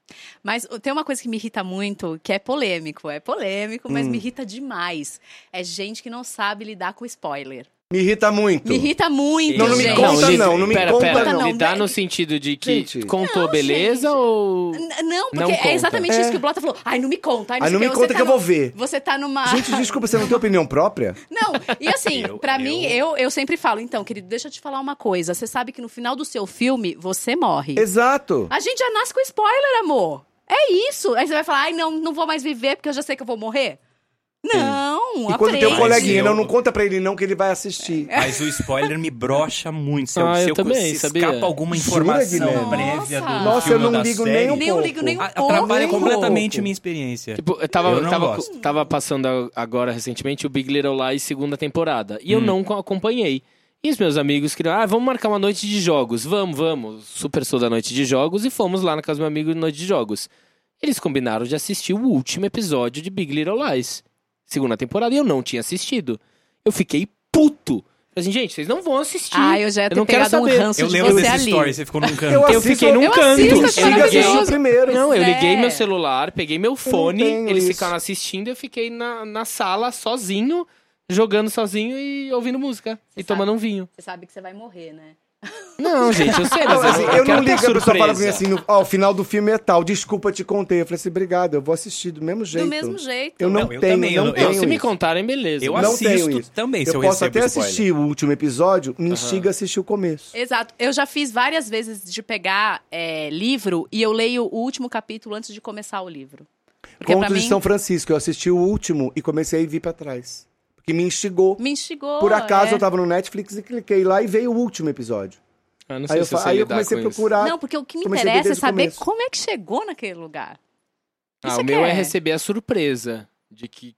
[SPEAKER 2] Mas uh, tem uma coisa que me irrita muito, que é polêmico. É polêmico, mas
[SPEAKER 4] Hum.
[SPEAKER 2] me irrita demais. É gente que não sabe lidar com spoiler.
[SPEAKER 4] Me irrita muito.
[SPEAKER 2] Me irrita muito,
[SPEAKER 4] Então Não, não me
[SPEAKER 2] gente.
[SPEAKER 4] conta,
[SPEAKER 1] li-
[SPEAKER 4] não, não me
[SPEAKER 1] pera,
[SPEAKER 4] conta,
[SPEAKER 1] pera,
[SPEAKER 2] não.
[SPEAKER 1] Lidar no sentido de que
[SPEAKER 4] Gente.
[SPEAKER 1] contou
[SPEAKER 2] Não,
[SPEAKER 1] beleza
[SPEAKER 2] gente.
[SPEAKER 1] ou...
[SPEAKER 2] N- Não,
[SPEAKER 1] Não
[SPEAKER 2] porque
[SPEAKER 1] conta.
[SPEAKER 2] é exatamente isso
[SPEAKER 4] É.
[SPEAKER 2] que o Blota falou. Ai, não me conta. Ai, não,
[SPEAKER 4] Aí não
[SPEAKER 2] sei
[SPEAKER 4] me
[SPEAKER 2] o quê.
[SPEAKER 4] conta
[SPEAKER 2] Você
[SPEAKER 4] que eu
[SPEAKER 2] tá
[SPEAKER 4] vou
[SPEAKER 2] no-
[SPEAKER 4] ver.
[SPEAKER 2] Você tá numa...
[SPEAKER 4] Gente, desculpa, você não tem opinião própria?
[SPEAKER 2] Não, e assim,
[SPEAKER 3] Eu-
[SPEAKER 2] pra
[SPEAKER 3] eu-
[SPEAKER 2] mim, eu, eu sempre falo, então, querido, deixa eu te falar uma coisa. Você sabe que no final do seu filme, você morre.
[SPEAKER 4] Exato.
[SPEAKER 2] A gente já nasce com spoiler, amor. É isso. Aí você vai falar, ai, não, não vou mais viver porque eu já sei que eu vou morrer. Não, é
[SPEAKER 4] E quando tem um
[SPEAKER 3] Mas
[SPEAKER 2] aprende.
[SPEAKER 4] coleguinha,
[SPEAKER 3] eu-
[SPEAKER 4] não, não conta pra ele não que ele vai assistir.
[SPEAKER 3] Mas o spoiler me brocha muito. Se eu,
[SPEAKER 1] Ah,
[SPEAKER 3] se
[SPEAKER 1] eu
[SPEAKER 3] eu
[SPEAKER 1] também,
[SPEAKER 3] se
[SPEAKER 1] sabia?
[SPEAKER 3] escapa alguma
[SPEAKER 4] Jura,
[SPEAKER 3] informação
[SPEAKER 4] Guilherme?
[SPEAKER 3] prévia do
[SPEAKER 2] Nossa.
[SPEAKER 4] Nossa, eu
[SPEAKER 3] filme ou
[SPEAKER 4] não
[SPEAKER 3] da
[SPEAKER 4] ligo
[SPEAKER 3] série,
[SPEAKER 4] nem um
[SPEAKER 2] Nem eu
[SPEAKER 4] pouco.
[SPEAKER 2] ligo nem um
[SPEAKER 3] a-
[SPEAKER 2] pouco.
[SPEAKER 3] atrapalha completamente
[SPEAKER 4] pouco.
[SPEAKER 3] minha experiência.
[SPEAKER 1] Tipo, eu tava,
[SPEAKER 3] Eu não
[SPEAKER 1] tava,
[SPEAKER 3] gosto.
[SPEAKER 1] tava passando a- agora recentemente o Big Little Lies segunda temporada.
[SPEAKER 3] Hum.
[SPEAKER 1] E eu não co- acompanhei. E os meus amigos queriam, ah, vamos marcar uma noite de jogos. Vamos, vamos. Super sou da noite de jogos. E fomos lá na casa do meu amigo de noite de jogos. Eles combinaram de assistir o último episódio de Big Little Lies. Segunda temporada. E eu não tinha assistido. Eu fiquei puto. Falei assim, gente, vocês não vão assistir.
[SPEAKER 2] Ah, eu já ia
[SPEAKER 1] Eu
[SPEAKER 2] ter
[SPEAKER 1] não quero
[SPEAKER 2] pegado um
[SPEAKER 1] saber.
[SPEAKER 2] ranço
[SPEAKER 3] Eu
[SPEAKER 2] de
[SPEAKER 3] lembro
[SPEAKER 2] você
[SPEAKER 3] desse
[SPEAKER 2] ali.
[SPEAKER 3] story, você ficou num canto.
[SPEAKER 1] Eu fiquei num
[SPEAKER 2] eu
[SPEAKER 1] canto. Eu
[SPEAKER 2] assisto, acho
[SPEAKER 1] liguei-
[SPEAKER 4] Chega
[SPEAKER 2] tá maravilhoso.
[SPEAKER 4] assistir primeiro.
[SPEAKER 1] não, eu
[SPEAKER 2] Pois
[SPEAKER 1] liguei
[SPEAKER 2] é.
[SPEAKER 1] meu celular, peguei meu fone,
[SPEAKER 4] tenho
[SPEAKER 1] eles
[SPEAKER 4] isso.
[SPEAKER 1] ficaram assistindo e eu fiquei na, na sala sozinho, jogando sozinho e ouvindo música e
[SPEAKER 2] Você
[SPEAKER 1] tomando
[SPEAKER 2] sabe.
[SPEAKER 1] um vinho.
[SPEAKER 2] Você sabe que você vai morrer, né?
[SPEAKER 1] Não, gente, eu sei,
[SPEAKER 4] Não,
[SPEAKER 1] mas eu,
[SPEAKER 4] assim,
[SPEAKER 1] não-
[SPEAKER 4] eu
[SPEAKER 1] quero
[SPEAKER 4] não
[SPEAKER 1] ter
[SPEAKER 4] ligo, a pessoa fala pra mim
[SPEAKER 1] surpresa.
[SPEAKER 4] assim, no- ó, o final do filme é tal, desculpa, te contei. Eu falei assim, obrigado, eu vou assistir do mesmo jeito.
[SPEAKER 2] Do mesmo jeito.
[SPEAKER 4] Eu não,
[SPEAKER 3] Não, eu
[SPEAKER 4] tenho,
[SPEAKER 3] também, eu
[SPEAKER 4] não
[SPEAKER 3] não- eu-
[SPEAKER 1] Não,
[SPEAKER 4] tenho
[SPEAKER 1] se
[SPEAKER 4] isso.
[SPEAKER 1] me contarem, beleza.
[SPEAKER 3] Eu
[SPEAKER 1] Mas
[SPEAKER 4] Não
[SPEAKER 3] assisto
[SPEAKER 4] tenho isso.
[SPEAKER 3] também, se
[SPEAKER 4] eu
[SPEAKER 3] eu
[SPEAKER 4] posso
[SPEAKER 3] recebo
[SPEAKER 4] até
[SPEAKER 3] spoiler.
[SPEAKER 4] assistir o último episódio, me instiga a assistir o começo.
[SPEAKER 2] Exato. Eu já fiz várias vezes de pegar é, livro e eu leio o último capítulo antes de começar o livro. Porque pra
[SPEAKER 4] Contos
[SPEAKER 2] mim
[SPEAKER 4] de São Francisco, eu assisti o último e comecei a vir pra trás. Porque me instigou.
[SPEAKER 2] me instigou.
[SPEAKER 4] Por acaso
[SPEAKER 2] é.
[SPEAKER 4] eu tava no Netflix e cliquei lá e veio o último episódio.
[SPEAKER 1] Ah, não sei
[SPEAKER 4] Aí eu,
[SPEAKER 1] se eu
[SPEAKER 4] fa-
[SPEAKER 1] sei
[SPEAKER 4] aí eu
[SPEAKER 1] lidar
[SPEAKER 4] comecei a
[SPEAKER 1] com isso.
[SPEAKER 4] procurar.
[SPEAKER 2] Não, porque o que me
[SPEAKER 4] Comecei a ver
[SPEAKER 2] interessa é
[SPEAKER 4] tá desde o
[SPEAKER 2] saber
[SPEAKER 4] começo.
[SPEAKER 2] como é que chegou naquele lugar.
[SPEAKER 1] Ah,
[SPEAKER 2] Isso
[SPEAKER 1] o
[SPEAKER 2] é
[SPEAKER 1] meu
[SPEAKER 2] que
[SPEAKER 1] é
[SPEAKER 2] é.
[SPEAKER 1] receber a surpresa de que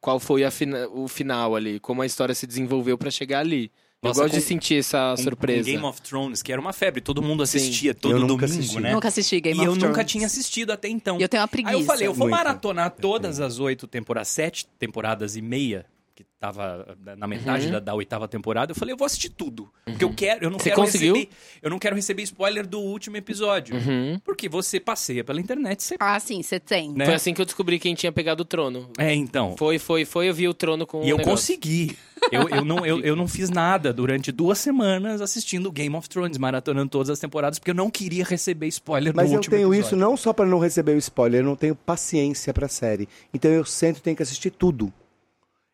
[SPEAKER 1] qual foi a fina- o final ali, como a história se desenvolveu pra chegar ali.
[SPEAKER 3] Nossa,
[SPEAKER 1] eu gosto de
[SPEAKER 3] com-
[SPEAKER 1] sentir essa
[SPEAKER 3] Com- com
[SPEAKER 1] surpresa.
[SPEAKER 3] Game of Thrones, que era uma febre, todo mundo assistia todo
[SPEAKER 4] Eu nunca
[SPEAKER 3] domingo,
[SPEAKER 4] assisti.
[SPEAKER 3] né?
[SPEAKER 2] Nunca assisti Game
[SPEAKER 3] e
[SPEAKER 2] of
[SPEAKER 3] eu
[SPEAKER 2] Thrones.
[SPEAKER 3] nunca tinha assistido até então.
[SPEAKER 2] E eu tenho uma preguiça.
[SPEAKER 3] Aí eu falei, eu vou
[SPEAKER 4] Muito.
[SPEAKER 3] maratonar todas as oito temporadas, sete temporadas e meia, que tava eh, na metade
[SPEAKER 1] Uhum.
[SPEAKER 3] da, da oitava temporada, eu falei, eu vou assistir tudo. Porque eu quero, eu não
[SPEAKER 1] Você
[SPEAKER 3] quero
[SPEAKER 1] conseguiu?
[SPEAKER 3] receber. Eu não quero receber spoiler do último episódio.
[SPEAKER 1] Uhum.
[SPEAKER 3] Porque você passeia pela internet, você.
[SPEAKER 2] Ah, sim, você tem.
[SPEAKER 3] Né?
[SPEAKER 1] Foi assim que eu descobri quem tinha pegado o trono.
[SPEAKER 3] É, então.
[SPEAKER 1] Foi, foi, foi, eu vi o trono com o
[SPEAKER 3] E eu
[SPEAKER 1] um negócio.
[SPEAKER 3] consegui. Eu, eu, não, eu, eu não fiz nada durante duas semanas assistindo Game of Thrones, maratonando todas as temporadas, porque eu não queria receber spoiler
[SPEAKER 4] Mas
[SPEAKER 3] do
[SPEAKER 4] eu
[SPEAKER 3] último
[SPEAKER 4] tenho
[SPEAKER 3] episódio.
[SPEAKER 4] isso não só pra não receber o spoiler, eu não tenho paciência pra série. Então eu sento e tenho que assistir tudo.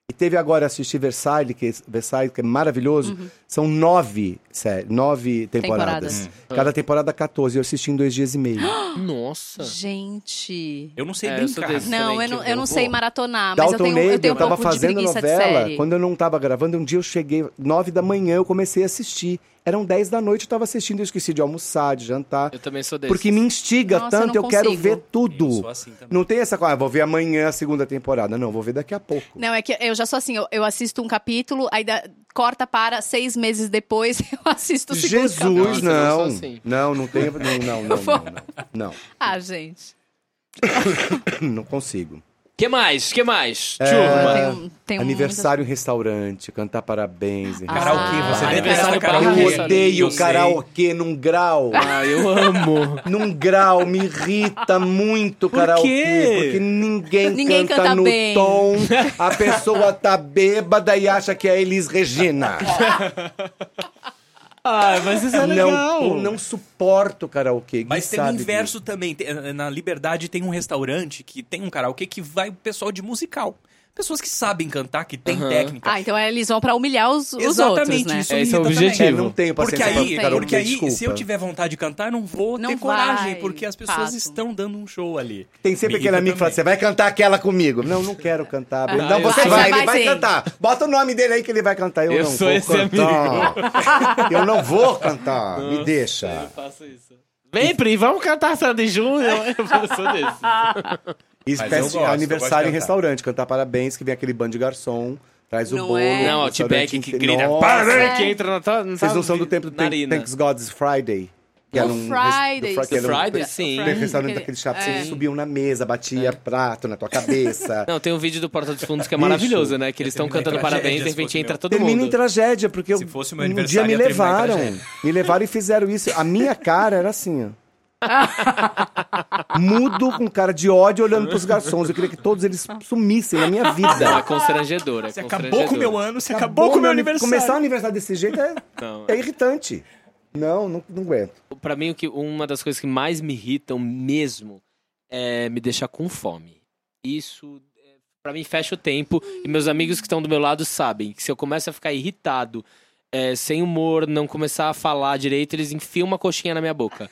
[SPEAKER 4] E teve agora assistir Versailles, que, Versailles, que é maravilhoso. São nove, séries, nove temporadas.
[SPEAKER 2] Uhum. Temporadas.
[SPEAKER 3] Hum.
[SPEAKER 2] Ah,
[SPEAKER 4] Cada temporada 14. Eu assisti em dois dias e meio.
[SPEAKER 1] Nossa.
[SPEAKER 2] Gente.
[SPEAKER 3] Eu não sei
[SPEAKER 1] É, eu sou
[SPEAKER 3] brincar.
[SPEAKER 1] desse.
[SPEAKER 2] Não, eu
[SPEAKER 1] Excelente,
[SPEAKER 2] não, eu não
[SPEAKER 1] eu vou.
[SPEAKER 2] sei maratonar, mas eu
[SPEAKER 4] Dalton
[SPEAKER 2] tenho, eu
[SPEAKER 4] Neide,
[SPEAKER 2] tenho
[SPEAKER 4] eu
[SPEAKER 2] um
[SPEAKER 4] tava
[SPEAKER 2] pouco de
[SPEAKER 4] fazendo
[SPEAKER 2] preguiça de
[SPEAKER 4] novela.
[SPEAKER 2] série.
[SPEAKER 4] Quando eu não tava gravando, um dia eu cheguei, nove da manhã, eu comecei a assistir. Eram dez da noite, eu tava assistindo, eu esqueci de almoçar, de jantar.
[SPEAKER 1] Eu também sou desse.
[SPEAKER 4] Porque me instiga
[SPEAKER 2] Nossa, eu
[SPEAKER 4] tanto,
[SPEAKER 2] não
[SPEAKER 4] eu, quero
[SPEAKER 2] consigo.
[SPEAKER 4] ver
[SPEAKER 3] Eu
[SPEAKER 4] tudo.
[SPEAKER 3] sou assim também.
[SPEAKER 4] Não tem essa coisa, ah, vou ver amanhã a segunda temporada. Não, vou ver daqui a pouco.
[SPEAKER 2] Não, é que eu já sou assim, eu, eu assisto um capítulo, aí dá- corta para seis meses depois, eu assisto o segundo capítulo.
[SPEAKER 1] Nossa,
[SPEAKER 4] Jesus,
[SPEAKER 1] eu não
[SPEAKER 4] não.
[SPEAKER 1] sou assim.
[SPEAKER 4] Não, não tem. Não, não, não.
[SPEAKER 2] vou-
[SPEAKER 4] Não, não,
[SPEAKER 2] Ah, gente.
[SPEAKER 4] não, não consigo.
[SPEAKER 1] Que mais? Que mais? Tipo,
[SPEAKER 2] Eu
[SPEAKER 1] Turma.
[SPEAKER 2] tenho- tenho
[SPEAKER 4] É Aniversário em restaurante, cantar parabéns. em
[SPEAKER 2] um Ah,
[SPEAKER 3] Karaokê, você
[SPEAKER 1] aniversário
[SPEAKER 3] detesta
[SPEAKER 1] barra
[SPEAKER 3] karaokê.
[SPEAKER 1] restaurante.
[SPEAKER 4] Eu odeio
[SPEAKER 3] Eu sei.
[SPEAKER 4] karaokê num grau.
[SPEAKER 1] Ah, eu amo.
[SPEAKER 4] Num grau, me irrita muito
[SPEAKER 1] Por
[SPEAKER 4] karaokê.
[SPEAKER 1] quê?
[SPEAKER 4] Porque ninguém,
[SPEAKER 2] Ninguém
[SPEAKER 4] canta,
[SPEAKER 2] canta
[SPEAKER 4] no
[SPEAKER 2] bem.
[SPEAKER 4] tom. A pessoa tá bêbada e acha que é a Elis Regina.
[SPEAKER 1] Ah, mas isso é legal.
[SPEAKER 4] Não, eu não suporto karaokê. Gui
[SPEAKER 3] Mas tem o
[SPEAKER 4] sabe
[SPEAKER 3] inverso também. Tem- eh, Na Liberdade tem um restaurante que tem um karaokê que vai o pessoal de musical. Pessoas que sabem cantar, que tem
[SPEAKER 1] Aham.
[SPEAKER 3] técnica.
[SPEAKER 2] Ah, então eles vão pra humilhar os, os
[SPEAKER 3] Exatamente
[SPEAKER 2] outros, né?
[SPEAKER 3] isso.
[SPEAKER 1] É, esse é o
[SPEAKER 3] irrita também.
[SPEAKER 4] disso. É,
[SPEAKER 1] objetivo.
[SPEAKER 4] não tenho
[SPEAKER 3] Porque
[SPEAKER 4] paciência
[SPEAKER 3] aí,
[SPEAKER 4] pra
[SPEAKER 2] Tem.
[SPEAKER 4] karaokê,
[SPEAKER 3] porque aí se
[SPEAKER 4] desculpa.
[SPEAKER 3] eu tiver vontade de cantar, eu não vou
[SPEAKER 2] Não
[SPEAKER 3] ter coragem,
[SPEAKER 2] vai,
[SPEAKER 3] porque as pessoas
[SPEAKER 2] fato.
[SPEAKER 3] estão dando um show ali.
[SPEAKER 4] Tem sempre
[SPEAKER 3] Me
[SPEAKER 4] aquele
[SPEAKER 3] irrita
[SPEAKER 4] amigo que fala,
[SPEAKER 3] também. Ah,
[SPEAKER 4] você vai cantar aquela comigo. Não, não quero cantar. Breno. não,
[SPEAKER 1] eu
[SPEAKER 4] você
[SPEAKER 1] sou-
[SPEAKER 4] vai,
[SPEAKER 2] Vai
[SPEAKER 4] ele vai
[SPEAKER 2] sim.
[SPEAKER 4] cantar. Bota o nome dele aí que ele vai cantar. Eu,
[SPEAKER 1] Eu
[SPEAKER 4] não
[SPEAKER 1] sou
[SPEAKER 4] vou
[SPEAKER 1] esse
[SPEAKER 4] cantar. eu não vou cantar. Me deixa.
[SPEAKER 1] faço isso. Vem, Pri, vamos cantar Sara de Junho. Eu sou desse.
[SPEAKER 4] Isso
[SPEAKER 3] Mas eu
[SPEAKER 4] festa,
[SPEAKER 3] gosto, eu gosto
[SPEAKER 4] aniversário
[SPEAKER 3] de cantar.
[SPEAKER 4] em restaurante. Cantar parabéns, que vem aquele bando de garçom, traz o
[SPEAKER 2] Não
[SPEAKER 4] bolo.
[SPEAKER 2] é?
[SPEAKER 1] Não,
[SPEAKER 4] o
[SPEAKER 1] Outback
[SPEAKER 4] restaurante
[SPEAKER 1] que
[SPEAKER 4] inte-
[SPEAKER 1] grita
[SPEAKER 4] Nossa,
[SPEAKER 1] "Para!"
[SPEAKER 2] É.
[SPEAKER 1] que entra na tua. na
[SPEAKER 4] Vocês
[SPEAKER 1] tua
[SPEAKER 4] não são do tempo do Thank-
[SPEAKER 1] narina.
[SPEAKER 4] Thanks God's Friday. Que era
[SPEAKER 2] Do
[SPEAKER 4] um
[SPEAKER 2] Fridays.
[SPEAKER 4] res- do Fri- que
[SPEAKER 1] Do
[SPEAKER 4] era um-
[SPEAKER 1] Friday, sim.
[SPEAKER 4] Tem restaurante
[SPEAKER 2] Aquele-
[SPEAKER 4] daquele chato,
[SPEAKER 2] é.
[SPEAKER 4] vocês subiam na mesa,
[SPEAKER 3] É.
[SPEAKER 4] batia prato na tua cabeça.
[SPEAKER 1] Não, tem um vídeo do Porta dos Fundos que é
[SPEAKER 4] Bicho.
[SPEAKER 1] maravilhoso, né? Que eles estão
[SPEAKER 3] terminei
[SPEAKER 1] cantando
[SPEAKER 3] em
[SPEAKER 1] parabéns,
[SPEAKER 3] tragédia,
[SPEAKER 1] de
[SPEAKER 3] se fosse
[SPEAKER 1] repente entra
[SPEAKER 3] meu.
[SPEAKER 1] todo
[SPEAKER 4] Termina em
[SPEAKER 1] mundo.
[SPEAKER 4] tragédia, porque eu,
[SPEAKER 3] Se fosse meu
[SPEAKER 4] um dia
[SPEAKER 3] aniversário,
[SPEAKER 4] me
[SPEAKER 3] ia terminar em
[SPEAKER 4] levaram.
[SPEAKER 3] tragédia.
[SPEAKER 4] Me levaram e fizeram isso. A minha cara era assim, ó. Mudo com cara de ódio olhando pros garçons. Eu queria que todos eles sumissem na minha
[SPEAKER 1] Não, é
[SPEAKER 4] vida.
[SPEAKER 1] constrangedora. é
[SPEAKER 3] Você acabou com o meu
[SPEAKER 1] constrangedora.
[SPEAKER 3] ano, você acabou com o meu
[SPEAKER 4] ani-
[SPEAKER 3] aniversário.
[SPEAKER 4] Começar o aniversário desse jeito é,
[SPEAKER 1] Não,
[SPEAKER 4] é irritante. Não, não, não aguento.
[SPEAKER 1] Pra mim, o que, uma das coisas que mais me irritam mesmo é me deixar com fome. Isso, é, pra mim, fecha o tempo. E meus amigos que estão do meu lado sabem que se eu começo a ficar irritado, é, sem humor, não começar a falar direito, eles enfiam uma coxinha na minha boca.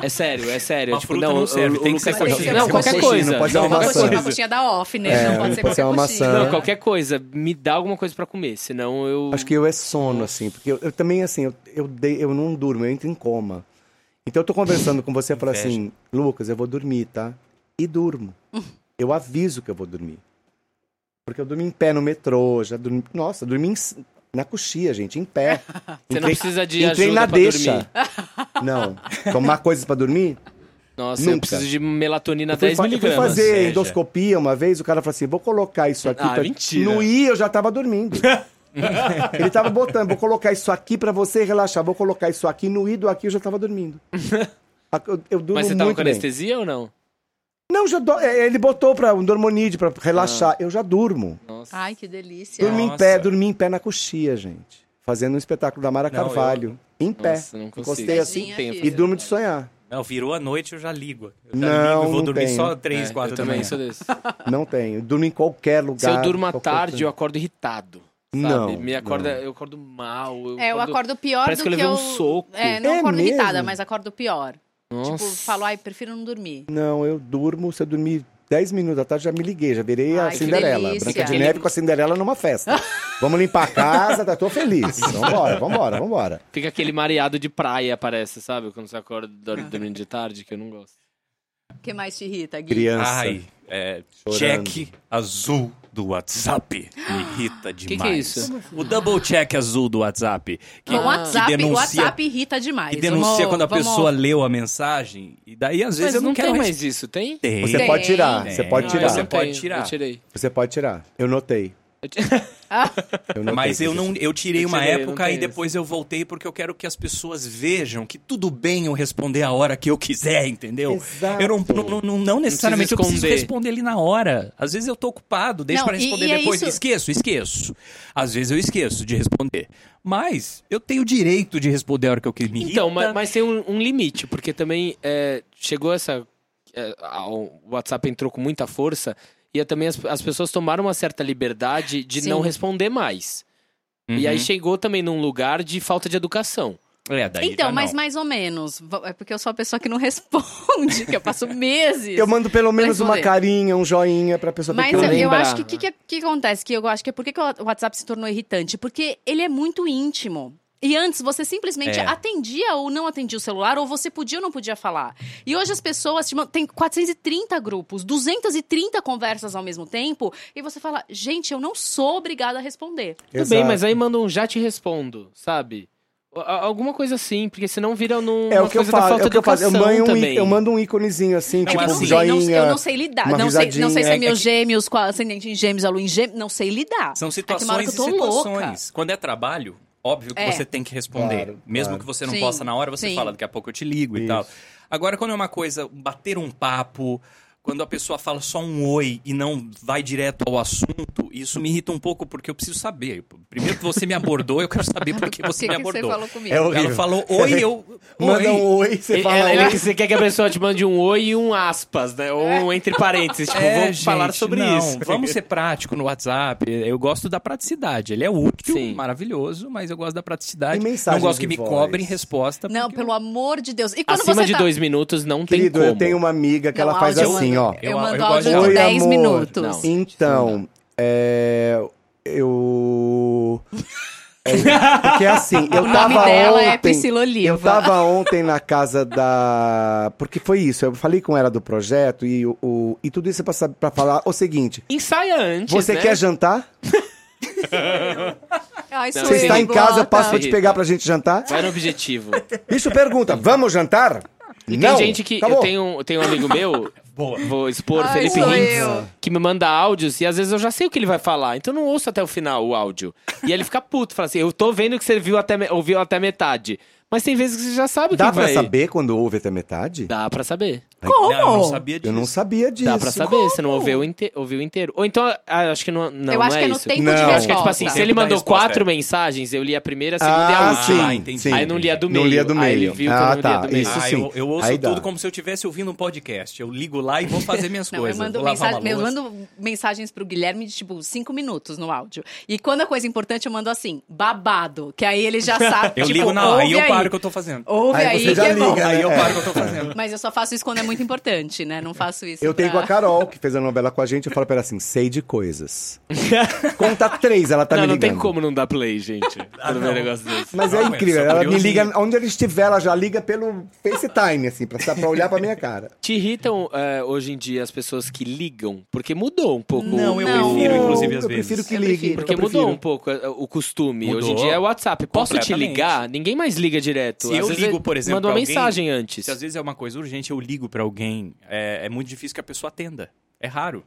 [SPEAKER 1] É sério, é sério.
[SPEAKER 3] Uma
[SPEAKER 1] tipo,
[SPEAKER 3] fruta
[SPEAKER 1] não,
[SPEAKER 3] não
[SPEAKER 1] o-
[SPEAKER 3] serve,
[SPEAKER 1] o
[SPEAKER 3] tem que
[SPEAKER 1] Lucas
[SPEAKER 3] ser
[SPEAKER 1] tá-
[SPEAKER 3] coxinha,
[SPEAKER 1] Não,
[SPEAKER 4] tem que ser uma
[SPEAKER 1] qualquer
[SPEAKER 4] coxinha,
[SPEAKER 1] coisa.
[SPEAKER 4] não pode ser
[SPEAKER 1] Não,
[SPEAKER 4] é uma
[SPEAKER 1] qualquer
[SPEAKER 4] maçã.
[SPEAKER 2] Coxinha,
[SPEAKER 1] coisa.
[SPEAKER 2] a coxinha da off, né?
[SPEAKER 4] É,
[SPEAKER 2] não pode ser
[SPEAKER 4] pode ser
[SPEAKER 2] qualquer
[SPEAKER 4] uma
[SPEAKER 2] coxinha.
[SPEAKER 4] maçã.
[SPEAKER 1] Não, qualquer coisa. Me dá alguma coisa pra comer, senão eu.
[SPEAKER 4] Acho que eu é sono, assim, porque eu, eu também, assim, eu, eu, dei- eu não durmo, eu entro em coma. Então eu tô conversando com você e falo
[SPEAKER 3] Inveja.
[SPEAKER 4] assim, Lucas, eu vou dormir, tá? E durmo. Eu aviso que eu vou dormir. Porque eu dormi em pé no metrô, já dormi. Nossa, eu dormi em c- na coxia, gente, em pé.
[SPEAKER 1] Você não precisa de
[SPEAKER 4] entrei
[SPEAKER 1] ajuda
[SPEAKER 4] na
[SPEAKER 1] pra
[SPEAKER 4] deixa.
[SPEAKER 1] dormir.
[SPEAKER 4] Não. Tomar coisas pra dormir?
[SPEAKER 1] Nossa, eu
[SPEAKER 4] Nunca.
[SPEAKER 1] preciso de melatonina
[SPEAKER 4] Eu fui,
[SPEAKER 1] 10
[SPEAKER 4] fa- eu fui
[SPEAKER 1] miligramas.
[SPEAKER 4] fazer
[SPEAKER 3] Seja.
[SPEAKER 4] endoscopia uma vez, o cara falou assim: vou colocar isso aqui.
[SPEAKER 1] É, Ah,
[SPEAKER 4] pra-
[SPEAKER 1] mentira.
[SPEAKER 4] No I eu já tava dormindo. Ele tava botando, vou colocar isso aqui pra você relaxar, vou colocar isso aqui. No I do aqui eu já tava dormindo. A- Eu, eu durmo
[SPEAKER 1] Mas você tava
[SPEAKER 4] muito
[SPEAKER 1] com
[SPEAKER 4] bem.
[SPEAKER 1] anestesia ou não?
[SPEAKER 4] Não, já do- é, ele botou pra um dormonide pra relaxar.
[SPEAKER 1] Ah.
[SPEAKER 4] Eu já durmo.
[SPEAKER 1] Nossa.
[SPEAKER 2] Ai, que delícia.
[SPEAKER 4] Dormi em
[SPEAKER 3] Nossa.
[SPEAKER 4] pé, dormi em pé na coxia, gente. Fazendo um espetáculo da Mara
[SPEAKER 3] Não,
[SPEAKER 4] Carvalho. Em pé.
[SPEAKER 1] Nossa, não consigo.
[SPEAKER 4] Encostei assim
[SPEAKER 2] Tadinha,
[SPEAKER 4] e durmo de sonhar.
[SPEAKER 3] Não, virou a noite, eu já ligo. Eu já
[SPEAKER 4] Não,
[SPEAKER 3] ligo, vou
[SPEAKER 4] não
[SPEAKER 3] dormir
[SPEAKER 4] tenho.
[SPEAKER 3] só
[SPEAKER 1] É,
[SPEAKER 3] 3, 4
[SPEAKER 1] eu
[SPEAKER 3] da
[SPEAKER 1] também
[SPEAKER 3] manhã.
[SPEAKER 1] sou desse.
[SPEAKER 4] Não tenho. Durmo em qualquer lugar.
[SPEAKER 1] Se eu durmo à
[SPEAKER 4] qualquer
[SPEAKER 1] tarde,
[SPEAKER 4] canto.
[SPEAKER 1] eu acordo irritado. Sabe?
[SPEAKER 4] Não,
[SPEAKER 1] Me acorda,
[SPEAKER 4] não.
[SPEAKER 1] eu acordo mal. Eu
[SPEAKER 2] É, eu
[SPEAKER 1] acordo...
[SPEAKER 2] acordo pior
[SPEAKER 1] Parece
[SPEAKER 2] do
[SPEAKER 1] que eu
[SPEAKER 2] que
[SPEAKER 1] levei
[SPEAKER 2] eu...
[SPEAKER 1] um soco.
[SPEAKER 2] É, não
[SPEAKER 4] É
[SPEAKER 2] acordo
[SPEAKER 4] mesmo?
[SPEAKER 2] irritada, mas acordo pior.
[SPEAKER 1] Nossa.
[SPEAKER 2] Tipo, falo, ai, prefiro não dormir.
[SPEAKER 4] Não, eu durmo, se eu dormir 10 minutos da tarde, já me liguei, já virei a
[SPEAKER 2] Ai, que
[SPEAKER 4] Cinderela.
[SPEAKER 2] delícia.
[SPEAKER 4] Branca de
[SPEAKER 1] Aquele-
[SPEAKER 4] Neve com a Cinderela numa festa. Vamos limpar a casa, tá, tô feliz. Vambora, vambora, vambora.
[SPEAKER 1] Fica aquele mareado de praia, parece, sabe? Quando você acorda dor- dormindo de tarde, que eu não gosto.
[SPEAKER 2] O que mais te irrita, Gui?
[SPEAKER 4] Criança.
[SPEAKER 3] Ai, Ah, é,
[SPEAKER 4] Chorando.
[SPEAKER 3] check azul do WhatsApp me irrita demais.
[SPEAKER 1] que é isso?
[SPEAKER 3] O double check azul do WhatsApp. Que,
[SPEAKER 2] Não, o WhatsApp,
[SPEAKER 3] que
[SPEAKER 2] o
[SPEAKER 3] denuncia,
[SPEAKER 2] WhatsApp irrita demais.
[SPEAKER 3] que denuncia
[SPEAKER 2] Vamos-
[SPEAKER 3] quando a
[SPEAKER 2] vamos-
[SPEAKER 3] pessoa leu a mensagem. E daí, às
[SPEAKER 1] Mas
[SPEAKER 3] vezes, eu não,
[SPEAKER 1] não
[SPEAKER 3] quero
[SPEAKER 1] tem mais isso, tem?
[SPEAKER 3] Tem.
[SPEAKER 4] Você
[SPEAKER 2] Tem.
[SPEAKER 4] pode tirar,
[SPEAKER 3] Tem.
[SPEAKER 4] você pode
[SPEAKER 1] Ah,
[SPEAKER 4] tirar.
[SPEAKER 1] eu não
[SPEAKER 3] Você pode
[SPEAKER 1] tenho,
[SPEAKER 3] tirar.
[SPEAKER 1] Eu tirei.
[SPEAKER 4] Você pode tirar. Eu notei.
[SPEAKER 2] Ah.
[SPEAKER 4] Eu notei
[SPEAKER 3] Mas
[SPEAKER 4] que
[SPEAKER 3] eu
[SPEAKER 4] você-
[SPEAKER 3] não, eu tirei
[SPEAKER 1] Eu
[SPEAKER 3] uma
[SPEAKER 1] tirei, não
[SPEAKER 3] época
[SPEAKER 1] tem
[SPEAKER 3] e depois eu voltei porque eu quero que as pessoas vejam que tudo bem eu responder a hora que eu quiser, entendeu?
[SPEAKER 4] Exato.
[SPEAKER 3] Eu não, não, não, não necessariamente eu preciso
[SPEAKER 1] esconder.
[SPEAKER 3] responder ali na hora. Às vezes eu tô ocupado, deixo
[SPEAKER 2] Não,
[SPEAKER 3] pra
[SPEAKER 2] e-
[SPEAKER 3] responder
[SPEAKER 2] e é
[SPEAKER 3] depois,
[SPEAKER 2] isso-
[SPEAKER 3] esqueço, esqueço. Às vezes eu esqueço de responder, mas eu tenho o direito de responder a hora que eu quiser. Me
[SPEAKER 1] Então,
[SPEAKER 3] irrita.
[SPEAKER 1] mas, mas tem um, um limite, porque também é, chegou essa. é, a- o WhatsApp entrou com muita força e é, também as, as pessoas tomaram uma certa liberdade de
[SPEAKER 2] Sim.
[SPEAKER 1] não responder mais.
[SPEAKER 3] Uhum.
[SPEAKER 1] E aí chegou também num lugar de falta de educação.
[SPEAKER 3] é, daí
[SPEAKER 2] Então,
[SPEAKER 3] já
[SPEAKER 2] mas
[SPEAKER 3] não.
[SPEAKER 2] mais ou menos. Va- É porque eu sou a pessoa que não responde, que eu passo meses.
[SPEAKER 4] Eu mando pelo menos uma
[SPEAKER 2] Responder.
[SPEAKER 4] carinha, um joinha pra pessoa
[SPEAKER 2] Mas
[SPEAKER 4] ver que
[SPEAKER 1] eu
[SPEAKER 2] eu,
[SPEAKER 1] lembrar.
[SPEAKER 2] acho que o que, que, que acontece? Que eu acho que é por que que o WhatsApp se tornou irritante? Porque ele é muito íntimo. E antes você simplesmente
[SPEAKER 3] É.
[SPEAKER 2] atendia ou não atendia o celular, ou você podia ou não podia falar. E hoje as pessoas te man- tem 430 grupos, 230 conversas ao mesmo tempo, e você fala, gente, eu não sou obrigada a responder.
[SPEAKER 1] Tudo bem, mas aí manda um já te respondo, sabe? A- a- Alguma coisa assim, porque senão vira num,
[SPEAKER 4] É
[SPEAKER 1] uma
[SPEAKER 4] o que eu
[SPEAKER 1] coisa da
[SPEAKER 4] falo,
[SPEAKER 1] falta
[SPEAKER 4] é o que eu
[SPEAKER 1] de
[SPEAKER 4] faço. Eu,
[SPEAKER 1] educação
[SPEAKER 4] manho um i-
[SPEAKER 1] também.
[SPEAKER 4] eu mando um íconezinho assim, tipo
[SPEAKER 2] eu,
[SPEAKER 3] mas
[SPEAKER 2] não
[SPEAKER 3] assim,
[SPEAKER 2] sei, não-
[SPEAKER 4] joinha.
[SPEAKER 2] eu não sei lidar.
[SPEAKER 4] uma
[SPEAKER 2] Não sei, não sei se é
[SPEAKER 4] risadinha.
[SPEAKER 2] meus gêmeos, com ascendente em gêmeos, a lua em gêmeos. Não sei lidar.
[SPEAKER 3] São
[SPEAKER 2] Aí tem uma hora
[SPEAKER 3] situações
[SPEAKER 2] que
[SPEAKER 3] e
[SPEAKER 2] eu tô louca.
[SPEAKER 3] situações. Quando é trabalho, óbvio que
[SPEAKER 2] É.
[SPEAKER 3] você tem que responder.
[SPEAKER 4] Claro,
[SPEAKER 3] Mesmo
[SPEAKER 4] claro.
[SPEAKER 3] que você não
[SPEAKER 2] Sim,
[SPEAKER 3] possa na hora, você
[SPEAKER 2] sim.
[SPEAKER 3] fala, daqui a pouco eu te ligo e
[SPEAKER 4] Isso.
[SPEAKER 3] tal. Agora, quando é uma coisa, bater um papo, Quando a pessoa fala só um oi e não vai direto ao assunto, isso me irrita um pouco porque eu preciso saber. Primeiro que você me abordou, eu quero saber por que
[SPEAKER 2] O
[SPEAKER 3] você
[SPEAKER 2] que,
[SPEAKER 3] me
[SPEAKER 2] que você
[SPEAKER 3] abordou.
[SPEAKER 2] falou comigo?
[SPEAKER 4] É o-
[SPEAKER 3] Ela
[SPEAKER 4] Horrível.
[SPEAKER 3] falou oi, eu.
[SPEAKER 4] Manda um oi, você
[SPEAKER 1] Ele,
[SPEAKER 4] fala
[SPEAKER 1] ela-
[SPEAKER 4] oi.
[SPEAKER 1] ele que- você quer que a pessoa te mande um oi e um aspas, né? Ou um entre parênteses. Tipo,
[SPEAKER 3] É,
[SPEAKER 1] vamos falar
[SPEAKER 3] gente,
[SPEAKER 1] sobre
[SPEAKER 3] não,
[SPEAKER 1] isso.
[SPEAKER 3] Vamos ser prático no WhatsApp. Eu gosto da praticidade. Ele é útil,
[SPEAKER 1] Sim.
[SPEAKER 3] maravilhoso, mas eu gosto da praticidade.
[SPEAKER 4] E mensagens
[SPEAKER 3] não gosto
[SPEAKER 4] de
[SPEAKER 3] que me
[SPEAKER 4] voz.
[SPEAKER 3] cobrem resposta.
[SPEAKER 2] Não,
[SPEAKER 3] porque
[SPEAKER 2] pelo amor de Deus. E quando
[SPEAKER 1] Acima
[SPEAKER 2] você
[SPEAKER 1] de
[SPEAKER 2] tá...
[SPEAKER 1] dois minutos não
[SPEAKER 4] Querido,
[SPEAKER 1] tem como.
[SPEAKER 4] eu tenho uma amiga que
[SPEAKER 2] Não,
[SPEAKER 4] ela faz
[SPEAKER 2] áudio eu
[SPEAKER 4] assim,
[SPEAKER 2] mando-
[SPEAKER 4] ó.
[SPEAKER 2] Eu,
[SPEAKER 3] Eu-
[SPEAKER 2] mando
[SPEAKER 3] eu
[SPEAKER 2] áudio
[SPEAKER 3] gosto
[SPEAKER 2] de
[SPEAKER 4] de-
[SPEAKER 2] 10
[SPEAKER 4] Oi, amor.
[SPEAKER 2] minutos.
[SPEAKER 1] Não. é
[SPEAKER 4] Então, é, eu. É, porque assim, eu
[SPEAKER 2] O
[SPEAKER 4] tava
[SPEAKER 2] nome dela
[SPEAKER 4] ontem,
[SPEAKER 2] é Priscila Oliva.
[SPEAKER 4] Eu tava ontem na casa da. Porque foi isso, eu falei com ela do projeto e, o- o, e tudo isso é pra, sab- pra falar o seguinte:
[SPEAKER 1] Ensaia antes,
[SPEAKER 4] você
[SPEAKER 1] né?
[SPEAKER 4] quer jantar?
[SPEAKER 2] Ai, sou
[SPEAKER 1] Não,
[SPEAKER 4] Você
[SPEAKER 2] eu,
[SPEAKER 4] está em
[SPEAKER 2] idiota.
[SPEAKER 4] casa, eu passo pra te
[SPEAKER 1] Irrita.
[SPEAKER 4] pegar pra gente jantar?
[SPEAKER 1] Vai no objetivo.
[SPEAKER 4] Bicho pergunta: vamos jantar?
[SPEAKER 1] E
[SPEAKER 4] Não.
[SPEAKER 1] tem gente que... Eu
[SPEAKER 4] Acabou.
[SPEAKER 1] tenho, tenho um amigo meu, vou expor,
[SPEAKER 2] Ai,
[SPEAKER 1] Felipe
[SPEAKER 2] sou
[SPEAKER 1] Rins,
[SPEAKER 2] eu.
[SPEAKER 1] que me manda áudios e às vezes eu já sei o que ele vai falar, então eu não ouço até o final o áudio. E ele fica puto, fala assim, eu tô vendo que você viu até, me- ouviu até metade. Mas tem vezes que você já sabe o que
[SPEAKER 4] Dá pra
[SPEAKER 1] vai...
[SPEAKER 4] saber quando houve até metade?
[SPEAKER 1] Dá pra saber.
[SPEAKER 2] Como?
[SPEAKER 3] Não, Ah, eu não sabia disso.
[SPEAKER 4] Eu não sabia disso.
[SPEAKER 1] Dá pra saber, você não ouviu, inte- ouviu inteiro. Ou então, ah, acho que não, não,
[SPEAKER 2] eu
[SPEAKER 1] não
[SPEAKER 2] acho
[SPEAKER 1] é
[SPEAKER 2] que é no
[SPEAKER 1] isso.
[SPEAKER 2] tempo
[SPEAKER 4] Não.
[SPEAKER 2] de
[SPEAKER 4] Eu
[SPEAKER 2] resposta.
[SPEAKER 1] Acho que é tipo assim, se
[SPEAKER 3] Tempo
[SPEAKER 1] ele
[SPEAKER 3] da
[SPEAKER 1] mandou
[SPEAKER 3] resposta,
[SPEAKER 1] quatro
[SPEAKER 3] é.
[SPEAKER 1] mensagens, eu li a primeira, a segunda e a
[SPEAKER 4] Ah,
[SPEAKER 1] última.
[SPEAKER 4] sim.
[SPEAKER 3] Ah, entendi.
[SPEAKER 4] sim.
[SPEAKER 1] Aí não lia do meio.
[SPEAKER 4] Não lia do
[SPEAKER 1] Aí ele
[SPEAKER 4] meio.
[SPEAKER 1] viu
[SPEAKER 4] Ah,
[SPEAKER 1] que eu não
[SPEAKER 4] tá,
[SPEAKER 1] lia do meio.
[SPEAKER 4] isso
[SPEAKER 3] Ah,
[SPEAKER 4] sim.
[SPEAKER 3] eu, eu ouço
[SPEAKER 4] Aí dá.
[SPEAKER 3] tudo como se eu estivesse ouvindo um podcast. Eu ligo lá e vou fazer minhas
[SPEAKER 2] Não, eu
[SPEAKER 3] coisas.
[SPEAKER 2] mando,
[SPEAKER 3] vou lavar
[SPEAKER 2] mensagem,
[SPEAKER 3] uma
[SPEAKER 2] eu
[SPEAKER 3] louça.
[SPEAKER 2] mando mensagens pro Guilherme de tipo cinco minutos no áudio. E quando a coisa é importante, eu mando assim, babado. Que aí ele já sabe.
[SPEAKER 3] Eu
[SPEAKER 2] tipo,
[SPEAKER 3] ligo na hora
[SPEAKER 2] ouve
[SPEAKER 3] e eu
[SPEAKER 2] aí.
[SPEAKER 3] paro o que eu tô fazendo.
[SPEAKER 2] Ouve
[SPEAKER 4] Aí
[SPEAKER 2] aí,
[SPEAKER 4] você
[SPEAKER 2] que
[SPEAKER 4] já
[SPEAKER 2] é bom.
[SPEAKER 4] liga.
[SPEAKER 3] Aí eu
[SPEAKER 4] É.
[SPEAKER 3] paro o que eu tô fazendo.
[SPEAKER 2] Mas eu só faço isso quando é muito importante, né? Não faço isso.
[SPEAKER 4] Eu tenho com
[SPEAKER 2] pra-
[SPEAKER 4] a Carol, que fez a novela com a gente, eu falo pra ela assim, sei de coisas. Conta três, ela tá
[SPEAKER 1] não,
[SPEAKER 4] me
[SPEAKER 1] não
[SPEAKER 4] ligando.
[SPEAKER 1] tem como não dar play, gente.
[SPEAKER 3] Ah,
[SPEAKER 1] Quando vê um negócio desse.
[SPEAKER 4] Mas é
[SPEAKER 3] Não, é
[SPEAKER 4] incrível,
[SPEAKER 3] só
[SPEAKER 4] ela me
[SPEAKER 3] curiosinho.
[SPEAKER 4] liga, onde ela estiver, ela já liga pelo FaceTime, assim, pra, pra olhar pra minha cara.
[SPEAKER 1] Te irritam é, hoje em dia as pessoas que ligam? Porque mudou um pouco.
[SPEAKER 3] Não, eu
[SPEAKER 2] Não.
[SPEAKER 3] prefiro, inclusive,
[SPEAKER 4] eu
[SPEAKER 3] às vezes.
[SPEAKER 4] prefiro que
[SPEAKER 2] Eu
[SPEAKER 4] ligue.
[SPEAKER 2] prefiro.
[SPEAKER 1] É Porque
[SPEAKER 4] eu prefiro.
[SPEAKER 1] mudou um pouco é, o costume.
[SPEAKER 3] Mudou.
[SPEAKER 1] Hoje em dia é o WhatsApp. Posso te
[SPEAKER 3] Completamente.
[SPEAKER 1] ligar? Ninguém mais liga direto.
[SPEAKER 3] Se
[SPEAKER 1] Às
[SPEAKER 3] eu
[SPEAKER 1] vezes
[SPEAKER 3] ligo, por exemplo,
[SPEAKER 1] Manda uma
[SPEAKER 3] pra alguém,
[SPEAKER 1] mensagem antes.
[SPEAKER 3] Se às vezes é uma coisa urgente, eu ligo pra alguém. É, é muito difícil que a pessoa atenda. É raro.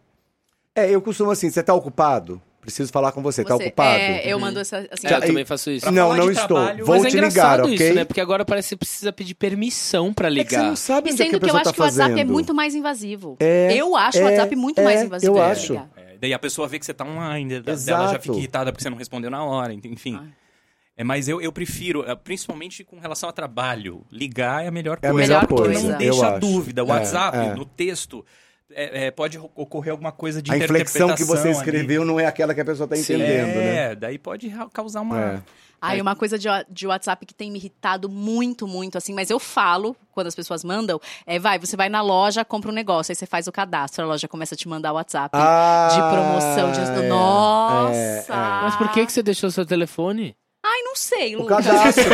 [SPEAKER 4] É, eu costumo assim, você tá ocupado? Preciso falar com você, tá
[SPEAKER 2] Você-
[SPEAKER 4] ocupado?
[SPEAKER 2] É, eu mando essa, assim.
[SPEAKER 1] É, eu
[SPEAKER 4] Já-
[SPEAKER 1] também faço isso.
[SPEAKER 3] Pra
[SPEAKER 4] Não,
[SPEAKER 3] falar
[SPEAKER 4] não
[SPEAKER 3] de
[SPEAKER 4] estou.
[SPEAKER 3] trabalho-
[SPEAKER 4] Vou
[SPEAKER 1] Mas é
[SPEAKER 4] te
[SPEAKER 1] engraçado
[SPEAKER 4] ligar, ok?
[SPEAKER 1] isso, né? Porque agora parece que você precisa pedir permissão pra
[SPEAKER 4] É que você
[SPEAKER 1] ligar.
[SPEAKER 4] não sabe
[SPEAKER 2] E
[SPEAKER 4] onde é que
[SPEAKER 2] sendo
[SPEAKER 4] a
[SPEAKER 2] que eu
[SPEAKER 4] pessoa
[SPEAKER 2] acho
[SPEAKER 4] tá
[SPEAKER 2] que o WhatsApp
[SPEAKER 4] fazendo.
[SPEAKER 2] é muito mais invasivo.
[SPEAKER 4] É,
[SPEAKER 2] eu acho o
[SPEAKER 4] é,
[SPEAKER 2] WhatsApp muito
[SPEAKER 4] é,
[SPEAKER 2] mais invasivo.
[SPEAKER 4] eu
[SPEAKER 2] que
[SPEAKER 4] acho.
[SPEAKER 2] ligar.
[SPEAKER 3] É, daí a pessoa vê que você tá online, da-
[SPEAKER 4] Exato.
[SPEAKER 3] dela já fica irritada porque você não respondeu na hora, ent- enfim.
[SPEAKER 2] Ah.
[SPEAKER 3] É, mas eu, eu prefiro, é, principalmente com relação a trabalho, ligar é a melhor
[SPEAKER 4] É a
[SPEAKER 3] coisa.
[SPEAKER 4] melhor
[SPEAKER 2] Melhor
[SPEAKER 4] coisa,
[SPEAKER 2] coisa.
[SPEAKER 3] Não
[SPEAKER 4] eu
[SPEAKER 3] deixa
[SPEAKER 4] acho.
[SPEAKER 3] dúvida. O
[SPEAKER 4] É,
[SPEAKER 3] WhatsApp,
[SPEAKER 4] é.
[SPEAKER 3] no texto, é- é, pode ocorrer alguma coisa de
[SPEAKER 4] A inflexão que você
[SPEAKER 3] interpretação
[SPEAKER 4] escreveu não é aquela que a pessoa tá
[SPEAKER 1] Sim.
[SPEAKER 3] ali.
[SPEAKER 4] entendendo,
[SPEAKER 3] é,
[SPEAKER 4] né?
[SPEAKER 3] daí pode ra- causar uma...
[SPEAKER 4] É.
[SPEAKER 2] Ai, uma coisa de, wa- de WhatsApp que tem me irritado muito, muito, assim, mas eu falo quando as pessoas mandam, é, vai, você vai na loja, compra um negócio, aí você faz o cadastro, a loja começa a te mandar o WhatsApp
[SPEAKER 4] Ah,
[SPEAKER 2] de promoção, de...
[SPEAKER 4] é,
[SPEAKER 2] Nossa!
[SPEAKER 4] é, é.
[SPEAKER 1] Mas por que, que você deixou seu telefone?
[SPEAKER 2] Ai, não sei,
[SPEAKER 4] O
[SPEAKER 2] Lucas.
[SPEAKER 4] cadastro.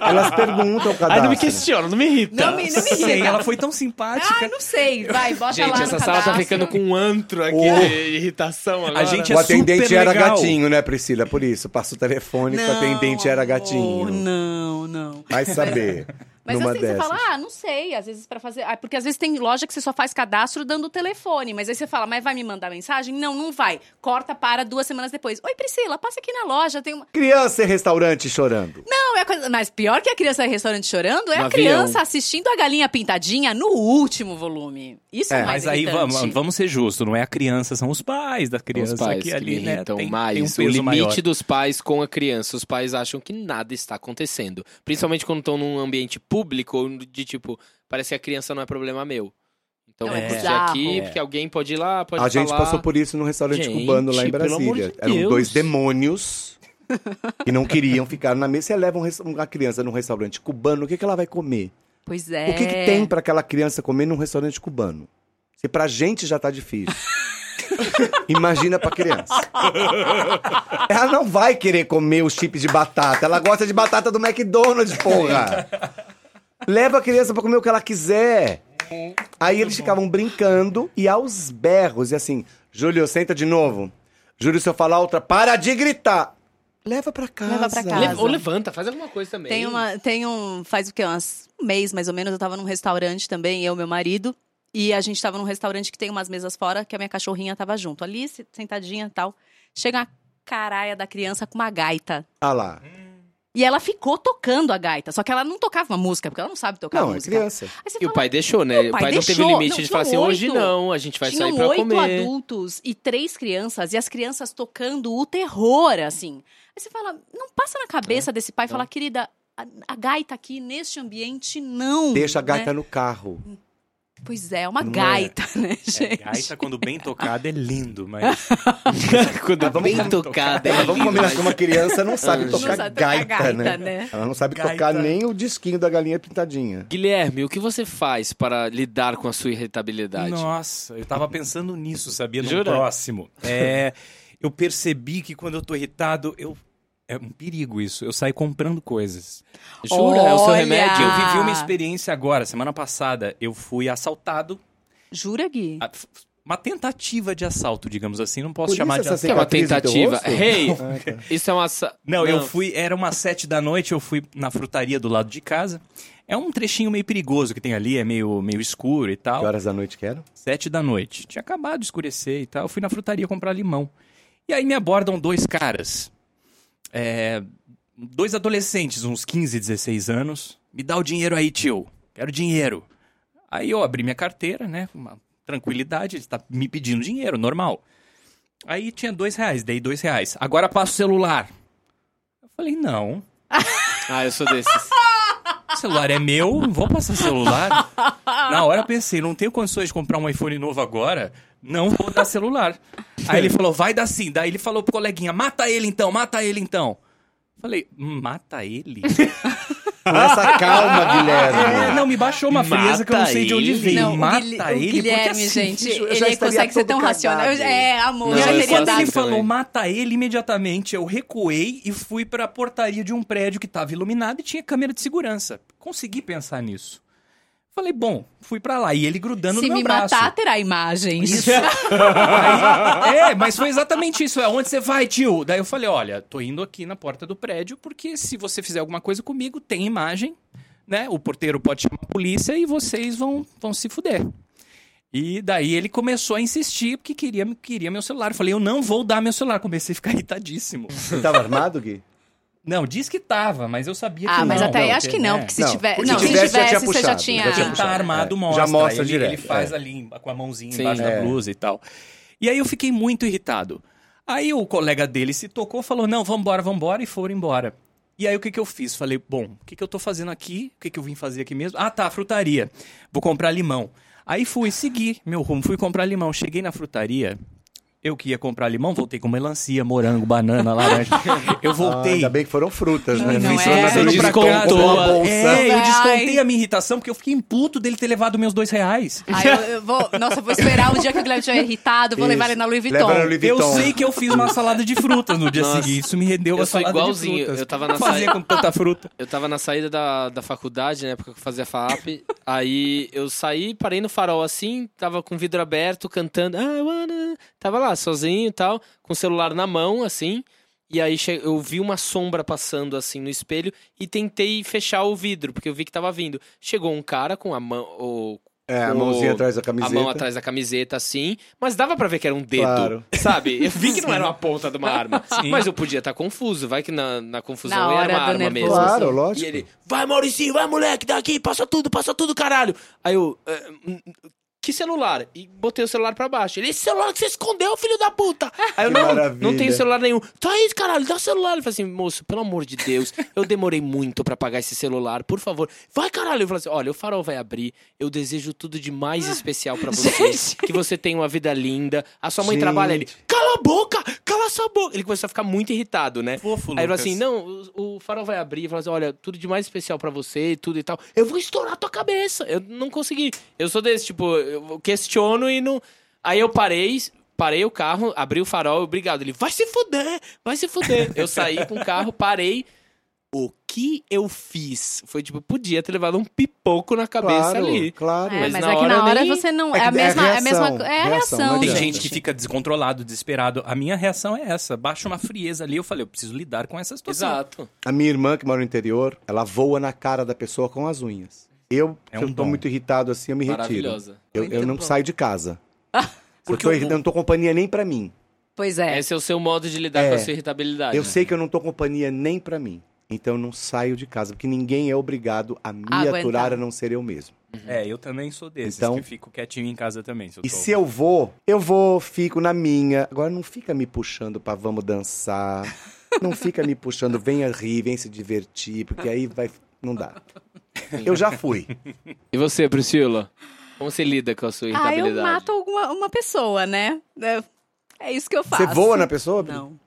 [SPEAKER 4] Elas perguntam o cadastro.
[SPEAKER 1] Ai, não me questiona, não me irrita.
[SPEAKER 2] Não me, não me
[SPEAKER 3] Sei,
[SPEAKER 2] irrita.
[SPEAKER 3] ela foi tão simpática.
[SPEAKER 2] Ai, não sei, vai, bota lá
[SPEAKER 1] Gente,
[SPEAKER 2] no
[SPEAKER 1] essa sala tá
[SPEAKER 2] cadastro.
[SPEAKER 1] ficando com um antro aqui
[SPEAKER 4] Oh.
[SPEAKER 1] de irritação agora.
[SPEAKER 3] A gente é
[SPEAKER 4] o atendente
[SPEAKER 3] super
[SPEAKER 4] era
[SPEAKER 3] legal.
[SPEAKER 4] gatinho, né, Priscila? Por isso, passa o telefone que o
[SPEAKER 2] Não,
[SPEAKER 4] atendente era gatinho.
[SPEAKER 2] amor, Não, não.
[SPEAKER 4] Vai saber.
[SPEAKER 2] Mas
[SPEAKER 4] numa
[SPEAKER 2] assim,
[SPEAKER 4] dessas.
[SPEAKER 2] você fala, ah, não sei, às vezes para fazer. Ah, porque às vezes tem loja que você só faz cadastro dando o telefone, mas aí você fala, mas vai me mandar mensagem? Não, não vai. Corta para duas semanas depois. Oi, Priscila, passa aqui na loja, tem uma.
[SPEAKER 4] Criança em restaurante chorando.
[SPEAKER 2] Não, é a coisa. Mas pior que a criança em restaurante chorando é
[SPEAKER 1] No
[SPEAKER 2] a
[SPEAKER 1] avião.
[SPEAKER 2] criança assistindo a galinha pintadinha no último volume. Isso é,
[SPEAKER 4] É,
[SPEAKER 2] mais
[SPEAKER 3] Mas aí
[SPEAKER 2] irritante.
[SPEAKER 3] vamos, vamos ser justos, não é a criança, são os pais da criança
[SPEAKER 1] Os pais
[SPEAKER 3] que
[SPEAKER 1] que
[SPEAKER 3] ali,
[SPEAKER 1] me
[SPEAKER 3] né,
[SPEAKER 1] irritam
[SPEAKER 3] tem,
[SPEAKER 1] mais.
[SPEAKER 3] tem um
[SPEAKER 1] o
[SPEAKER 3] peso
[SPEAKER 1] limite
[SPEAKER 3] maior.
[SPEAKER 1] dos pais com a criança. Os pais acham que nada está acontecendo. Principalmente quando estão num ambiente público ou de tipo, parece que a criança não é problema meu. Então
[SPEAKER 2] Não,
[SPEAKER 1] vou
[SPEAKER 2] é
[SPEAKER 1] curtir
[SPEAKER 2] bizarro.
[SPEAKER 1] aqui,
[SPEAKER 3] É.
[SPEAKER 1] porque alguém pode ir lá, pode
[SPEAKER 4] a gente
[SPEAKER 1] falar.
[SPEAKER 4] passou por isso num restaurante
[SPEAKER 1] Gente,
[SPEAKER 4] cubano lá em
[SPEAKER 1] pelo amor de
[SPEAKER 4] Brasília. Eram
[SPEAKER 1] Deus.
[SPEAKER 4] dois demônios que não queriam ficar na mesa. Você leva um res- uma criança num restaurante cubano, o que, que ela vai comer?
[SPEAKER 2] Pois é.
[SPEAKER 4] O que, que tem pra aquela criança comer num restaurante cubano? Se pra gente já tá difícil. Imagina pra criança. Ela não vai querer comer o chip de batata. Ela gosta de batata do McDonald's, porra. Leva a criança pra comer o que ela quiser. Aí eles ficavam brincando e aos berros. E assim, Júlio, senta de novo. Júlio, se eu falar outra, para de gritar. Leva pra casa.
[SPEAKER 2] Leva pra casa.
[SPEAKER 1] Le- ou levanta, faz alguma coisa também.
[SPEAKER 2] Tem, uma, tem um. Faz o quê? Umas, um mês mais ou menos, eu tava num restaurante também, eu e meu marido. E a gente tava num restaurante que tem umas mesas fora, que a minha cachorrinha tava junto. Ali, se- sentadinha e tal. Chega uma caralha da criança com uma gaita.
[SPEAKER 4] Ah lá.
[SPEAKER 2] E ela ficou tocando a gaita. Só que ela não tocava uma música, porque ela não sabe tocar
[SPEAKER 4] Não, é
[SPEAKER 2] música.
[SPEAKER 4] criança.
[SPEAKER 2] Aí
[SPEAKER 1] E
[SPEAKER 2] você
[SPEAKER 1] o
[SPEAKER 2] fala,
[SPEAKER 1] pai deixou, né?
[SPEAKER 2] Meu
[SPEAKER 1] o
[SPEAKER 2] pai
[SPEAKER 1] pai não teve
[SPEAKER 2] deixou.
[SPEAKER 1] limite
[SPEAKER 2] Não,
[SPEAKER 1] de falar assim,
[SPEAKER 2] tinham
[SPEAKER 1] hoje
[SPEAKER 2] oito.
[SPEAKER 1] não, a gente vai
[SPEAKER 2] Tinham
[SPEAKER 1] sair pra
[SPEAKER 2] oito
[SPEAKER 1] comer.
[SPEAKER 2] adultos e três crianças e as crianças tocando o terror, assim. Aí você fala, não passa na cabeça
[SPEAKER 1] É.
[SPEAKER 2] desse pai falar, querida, a, a gaita aqui neste ambiente não.
[SPEAKER 4] Deixa a
[SPEAKER 2] né?
[SPEAKER 4] gaita no carro.
[SPEAKER 2] Pois é, é uma
[SPEAKER 4] Não é.
[SPEAKER 2] gaita, né, gente?
[SPEAKER 3] Gaita, quando bem tocada, é lindo, mas.
[SPEAKER 1] Quando
[SPEAKER 4] Tá, vamos
[SPEAKER 1] bem
[SPEAKER 4] com-
[SPEAKER 1] tocada. é
[SPEAKER 4] Vamos combinar que uma criança não sabe
[SPEAKER 1] Não
[SPEAKER 4] tocar
[SPEAKER 2] Ah, sabe tocar
[SPEAKER 4] gaita,
[SPEAKER 2] gaita,
[SPEAKER 4] né?
[SPEAKER 2] né?
[SPEAKER 4] Ela não sabe tocar
[SPEAKER 3] Gaita.
[SPEAKER 4] nem o disquinho da galinha pintadinha.
[SPEAKER 1] Guilherme, o que você faz para lidar com a sua irritabilidade?
[SPEAKER 3] Nossa, eu tava pensando nisso, sabia? No
[SPEAKER 1] Jura?
[SPEAKER 3] próximo. É, eu percebi que quando eu tô irritado, eu. É um perigo isso. Eu saio comprando coisas.
[SPEAKER 1] Jura? É o seu
[SPEAKER 2] Olha!
[SPEAKER 1] remédio?
[SPEAKER 3] Eu vivi uma
[SPEAKER 2] Ah.
[SPEAKER 3] experiência agora, semana passada. Eu fui assaltado.
[SPEAKER 2] Jura, Gui?
[SPEAKER 4] Ah,
[SPEAKER 3] a- f- Uma tentativa de assalto, digamos assim. Não
[SPEAKER 4] Por
[SPEAKER 3] posso
[SPEAKER 4] isso
[SPEAKER 3] chamar de
[SPEAKER 4] essa
[SPEAKER 3] assalto.
[SPEAKER 1] É uma
[SPEAKER 4] cicatriz no teu
[SPEAKER 1] tentativa.
[SPEAKER 4] rosto?
[SPEAKER 1] Hey!
[SPEAKER 4] Ah, tá.
[SPEAKER 1] Isso é uma... sa-
[SPEAKER 3] Não, eu fui. Era umas sete da noite, eu fui na frutaria do lado de casa. É um trechinho meio perigoso que tem ali, é meio, meio escuro e tal.
[SPEAKER 4] Que horas da noite que era?
[SPEAKER 3] Sete da noite. Tinha acabado de escurecer e tal. Eu fui na frutaria comprar limão. E aí me abordam dois caras. É, dois adolescentes, uns 15, 16 anos. Me dá o dinheiro aí, tio. Quero dinheiro. Aí eu abri minha carteira, né? Com uma tranquilidade. Ele tá me pedindo dinheiro, normal. Aí tinha dois reais, dei dois reais. Agora passa o celular. Eu falei, não.
[SPEAKER 1] Ah, eu sou desses.
[SPEAKER 3] O celular é meu, não vou passar celular. Na hora eu pensei, não tenho condições de comprar um iPhone novo agora, não vou dar celular. Aí ele falou, vai dar sim. Daí ele falou pro coleguinha, mata ele então, mata ele então. Falei, mata ele?
[SPEAKER 4] Com essa
[SPEAKER 3] É,
[SPEAKER 4] calma, Guilherme.
[SPEAKER 3] não, me baixou uma
[SPEAKER 1] Mata
[SPEAKER 3] frieza que eu não sei de onde
[SPEAKER 1] ele?
[SPEAKER 3] veio.
[SPEAKER 2] o
[SPEAKER 3] mata
[SPEAKER 2] Guilhe-
[SPEAKER 3] ele,
[SPEAKER 2] o
[SPEAKER 3] porque
[SPEAKER 2] Guilherme,
[SPEAKER 3] assim,
[SPEAKER 2] gente,
[SPEAKER 4] eu já
[SPEAKER 2] ele
[SPEAKER 4] estaria
[SPEAKER 2] consegue ser
[SPEAKER 4] todo
[SPEAKER 2] tão racional. Eu-
[SPEAKER 4] cagado.
[SPEAKER 2] é, amor,
[SPEAKER 1] Não,
[SPEAKER 2] eu já
[SPEAKER 1] eu
[SPEAKER 2] teria
[SPEAKER 1] faço
[SPEAKER 3] quando
[SPEAKER 2] dado.
[SPEAKER 3] ele
[SPEAKER 1] isso
[SPEAKER 3] falou,
[SPEAKER 1] também.
[SPEAKER 3] mata ele imediatamente, eu recuei e fui pra portaria de um prédio que tava iluminado e tinha câmera de segurança. Consegui pensar nisso. Falei, bom, fui pra lá. E ele grudando
[SPEAKER 2] Se
[SPEAKER 3] no meu
[SPEAKER 2] me
[SPEAKER 3] braço.
[SPEAKER 2] matar, terá imagens.
[SPEAKER 3] Aí- é, mas foi exatamente isso. É onde você vai, tio? Daí eu falei, olha, tô indo aqui na porta do prédio, porque se você fizer alguma coisa comigo, tem imagem, né? O porteiro pode chamar a polícia e vocês vão, vão se fuder. E daí ele começou a insistir porque queria, queria meu celular. Eu falei, eu não vou dar meu celular. Comecei a ficar irritadíssimo.
[SPEAKER 4] Você tava armado, Gui?
[SPEAKER 3] Não, diz que tava, mas eu sabia que
[SPEAKER 2] Ah,
[SPEAKER 3] não.
[SPEAKER 2] mas até aí
[SPEAKER 3] Não,
[SPEAKER 2] acho que
[SPEAKER 3] tem-
[SPEAKER 2] não,
[SPEAKER 3] é.
[SPEAKER 2] porque se
[SPEAKER 4] Não,
[SPEAKER 2] tiver.
[SPEAKER 4] se
[SPEAKER 2] Não, se
[SPEAKER 4] tivesse, já tinha
[SPEAKER 2] tivesse, você já
[SPEAKER 4] puxado,
[SPEAKER 2] tinha.
[SPEAKER 4] já tinha
[SPEAKER 3] Quem tá
[SPEAKER 4] puxado.
[SPEAKER 3] armado
[SPEAKER 4] É,
[SPEAKER 3] mostra.
[SPEAKER 4] já mostra
[SPEAKER 3] ele,
[SPEAKER 4] direto,
[SPEAKER 3] ele faz
[SPEAKER 4] é.
[SPEAKER 3] ali com a mãozinha
[SPEAKER 1] Sim.
[SPEAKER 3] embaixo
[SPEAKER 4] É.
[SPEAKER 3] da blusa e tal. E aí eu fiquei muito irritado. Aí o colega dele se tocou, falou: não, vambora, vambora, e foram embora. E aí o que, que eu fiz? Falei, bom, o que, que eu tô fazendo aqui? O que, que eu vim fazer aqui mesmo? Ah, tá, frutaria. Vou comprar limão. Aí fui, segui meu rumo, fui comprar limão. Cheguei na frutaria, eu que ia comprar limão, voltei com melancia, morango, banana, laranja. Eu
[SPEAKER 4] Ah,
[SPEAKER 3] voltei.
[SPEAKER 4] ainda bem que foram frutas, né?
[SPEAKER 2] Não, não
[SPEAKER 4] Isso
[SPEAKER 2] é.
[SPEAKER 4] nada
[SPEAKER 1] Você
[SPEAKER 4] de
[SPEAKER 1] descontou
[SPEAKER 4] comprar uma
[SPEAKER 1] a-
[SPEAKER 4] bolsa.
[SPEAKER 3] É, eu
[SPEAKER 2] Ai.
[SPEAKER 3] descontei a minha irritação porque eu fiquei puto dele ter levado meus dois reais.
[SPEAKER 2] Aí eu, eu vou. Nossa, eu vou esperar o dia que o Guilherme estiver irritado, vou levar
[SPEAKER 4] Isso.
[SPEAKER 2] ele na Louis
[SPEAKER 4] Leva
[SPEAKER 2] Vuitton.
[SPEAKER 4] na Louis
[SPEAKER 3] Eu
[SPEAKER 4] Vuitton.
[SPEAKER 3] sei que eu fiz uma salada de frutas no dia
[SPEAKER 1] Nossa.
[SPEAKER 3] seguinte. Isso me rendeu
[SPEAKER 1] Eu
[SPEAKER 3] uma
[SPEAKER 1] sou
[SPEAKER 3] salada
[SPEAKER 1] igualzinho,
[SPEAKER 3] de frutas.
[SPEAKER 1] eu tava
[SPEAKER 3] O que
[SPEAKER 1] na
[SPEAKER 3] fazia
[SPEAKER 1] saída-
[SPEAKER 3] com tanta fruta.
[SPEAKER 1] Eu tava na saída da, da faculdade, na época que eu fazia FAAP. aí eu saí, parei no farol assim, tava com o vidro aberto, cantando. "I wanna-" Tava lá, sozinho e tal, com o celular na mão, assim. E aí che- eu vi uma sombra passando assim no espelho e tentei fechar o vidro, porque eu vi que tava vindo. Chegou um cara com a mão. o-
[SPEAKER 4] É, a
[SPEAKER 1] o-
[SPEAKER 4] mãozinha atrás da
[SPEAKER 1] a
[SPEAKER 4] camiseta.
[SPEAKER 1] mão atrás da camiseta, assim, mas dava pra ver que era um dedo,
[SPEAKER 4] Claro.
[SPEAKER 1] sabe? Eu vi que não era uma ponta de uma arma,
[SPEAKER 3] Sim.
[SPEAKER 1] mas eu podia estar confuso, vai que na, na confusão
[SPEAKER 2] Na
[SPEAKER 1] era
[SPEAKER 2] hora
[SPEAKER 1] uma
[SPEAKER 2] do
[SPEAKER 1] arma mesmo.
[SPEAKER 2] nervoso.
[SPEAKER 4] Claro,
[SPEAKER 2] assim.
[SPEAKER 4] lógico.
[SPEAKER 1] E ele, vai Maurício, vai moleque, daqui, passa tudo, passa tudo, caralho. Aí eu, "É, hum, que celular? E botei o celular pra baixo. Ele, esse celular que você escondeu, filho da puta. Aí eu,
[SPEAKER 4] Que
[SPEAKER 1] não,
[SPEAKER 4] maravilha.
[SPEAKER 1] não tenho celular nenhum. Tá aí, caralho, dá o celular. Ele falou assim, moço, pelo amor de Deus, eu demorei muito pra pagar esse celular, por favor. Vai, caralho. Eu falei assim, olha, o farol vai abrir, eu desejo tudo de
[SPEAKER 4] Ah,
[SPEAKER 1] mais especial pra você. Que você tenha uma vida linda, a sua mãe
[SPEAKER 4] Gente.
[SPEAKER 1] trabalha. Ele, cala a boca, cala sua boca. Ele começou a ficar muito irritado, né?
[SPEAKER 3] Fofo,
[SPEAKER 1] Aí ele falou
[SPEAKER 3] Lucas.
[SPEAKER 1] assim, não, o, o farol vai abrir e falar assim: olha, tudo de mais especial pra você e tudo e tal. Eu vou estourar tua cabeça. Eu não consegui. Eu sou desse, tipo, eu questiono e não. Aí eu parei, parei o carro, abri o farol, obrigado. Ele, vai se fuder, vai se fuder. Eu saí com o carro, parei. O que eu fiz? Foi tipo, podia ter levado um pipoco na cabeça
[SPEAKER 4] Claro,
[SPEAKER 1] ali.
[SPEAKER 4] claro.
[SPEAKER 2] É,
[SPEAKER 1] Mas
[SPEAKER 2] mas,
[SPEAKER 1] na
[SPEAKER 2] é que
[SPEAKER 1] hora
[SPEAKER 2] na hora
[SPEAKER 1] nem-
[SPEAKER 2] você não.
[SPEAKER 4] É
[SPEAKER 2] É,
[SPEAKER 4] que
[SPEAKER 2] a
[SPEAKER 4] é
[SPEAKER 2] mesma. É a mesma.
[SPEAKER 4] reação,
[SPEAKER 2] É a
[SPEAKER 4] reação,
[SPEAKER 2] reação,
[SPEAKER 4] não
[SPEAKER 3] Tem
[SPEAKER 4] Gente.
[SPEAKER 3] gente que fica descontrolado, desesperado. A minha reação é essa. Baixa uma frieza ali. Eu falei, eu preciso lidar com essa situação.
[SPEAKER 1] Exato.
[SPEAKER 4] A minha irmã, que mora no interior, ela voa na cara da pessoa com as unhas. Eu,
[SPEAKER 3] É
[SPEAKER 4] se
[SPEAKER 3] um
[SPEAKER 4] eu tô
[SPEAKER 3] dom.
[SPEAKER 4] muito irritado assim, eu me retiro.
[SPEAKER 1] Maravilhosa.
[SPEAKER 4] Eu, eu
[SPEAKER 2] Muito
[SPEAKER 4] não
[SPEAKER 2] bom.
[SPEAKER 4] saio de casa. Porque
[SPEAKER 1] Porque
[SPEAKER 4] eu, tô
[SPEAKER 1] o-
[SPEAKER 4] irritado, eu não tô companhia nem pra mim.
[SPEAKER 2] Pois é.
[SPEAKER 1] Esse é o seu modo de lidar
[SPEAKER 4] É.
[SPEAKER 1] com a sua irritabilidade.
[SPEAKER 4] né? Eu sei que eu não tô companhia nem pra mim. Então eu não saio de casa, porque ninguém é obrigado a me
[SPEAKER 2] Aguentar.
[SPEAKER 4] aturar a não ser eu mesmo.
[SPEAKER 3] É, eu também sou desses,
[SPEAKER 4] Então-
[SPEAKER 3] que fico quietinho em casa também. Se eu
[SPEAKER 4] E
[SPEAKER 3] tô-
[SPEAKER 4] se eu vou, eu vou, fico na minha. Agora não fica me puxando pra vamos dançar. Não fica me puxando, venha rir, vem se divertir, porque aí vai. Não dá. Eu já fui.
[SPEAKER 1] E você, Priscila? Como você lida com a sua
[SPEAKER 2] Ah, eu
[SPEAKER 1] irritabilidade?
[SPEAKER 2] mato alguma uma pessoa, né? É- É isso que eu faço.
[SPEAKER 4] Você voa na pessoa? Pri?
[SPEAKER 2] Não.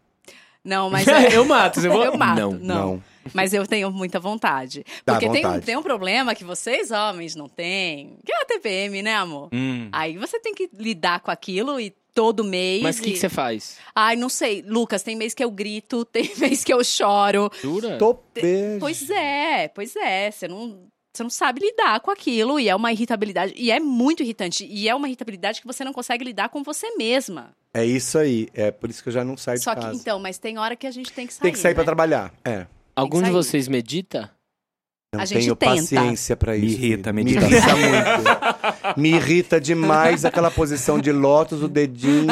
[SPEAKER 2] Não, mas eu,
[SPEAKER 1] Eu mato, você voa?
[SPEAKER 2] eu mato.
[SPEAKER 1] Não,
[SPEAKER 2] Não, Mas eu tenho muita vontade.
[SPEAKER 4] Dá
[SPEAKER 2] Porque tem, um,
[SPEAKER 4] vontade.
[SPEAKER 2] tem um problema que vocês, homens, não têm. Que é a TPM, né, amor?
[SPEAKER 3] Hum.
[SPEAKER 2] Aí você tem que lidar com aquilo e todo mês.
[SPEAKER 1] Mas o que,
[SPEAKER 2] e-
[SPEAKER 1] que você faz?
[SPEAKER 2] Ai, não sei. Lucas, tem mês que eu grito, tem mês que eu choro.
[SPEAKER 1] Jura?
[SPEAKER 4] Tô beijo.
[SPEAKER 2] Pois é, pois é. Você não, você não sabe lidar com aquilo e é uma irritabilidade. E é muito irritante. E é uma irritabilidade que você não consegue lidar com você mesma.
[SPEAKER 4] É isso aí. É por isso que eu já não saio
[SPEAKER 2] Só
[SPEAKER 4] de
[SPEAKER 2] que,
[SPEAKER 4] casa.
[SPEAKER 2] então, mas tem hora que a gente tem que sair.
[SPEAKER 4] Tem que sair pra
[SPEAKER 2] né?
[SPEAKER 4] trabalhar. É.
[SPEAKER 1] Algum de
[SPEAKER 2] sair.
[SPEAKER 1] vocês medita?
[SPEAKER 4] Não
[SPEAKER 2] A gente
[SPEAKER 4] tenho
[SPEAKER 2] tenta.
[SPEAKER 4] paciência pra isso.
[SPEAKER 3] Me irrita a
[SPEAKER 4] Me
[SPEAKER 3] meditação.
[SPEAKER 4] irrita muito. Me irrita demais aquela posição de lótus, o dedinho.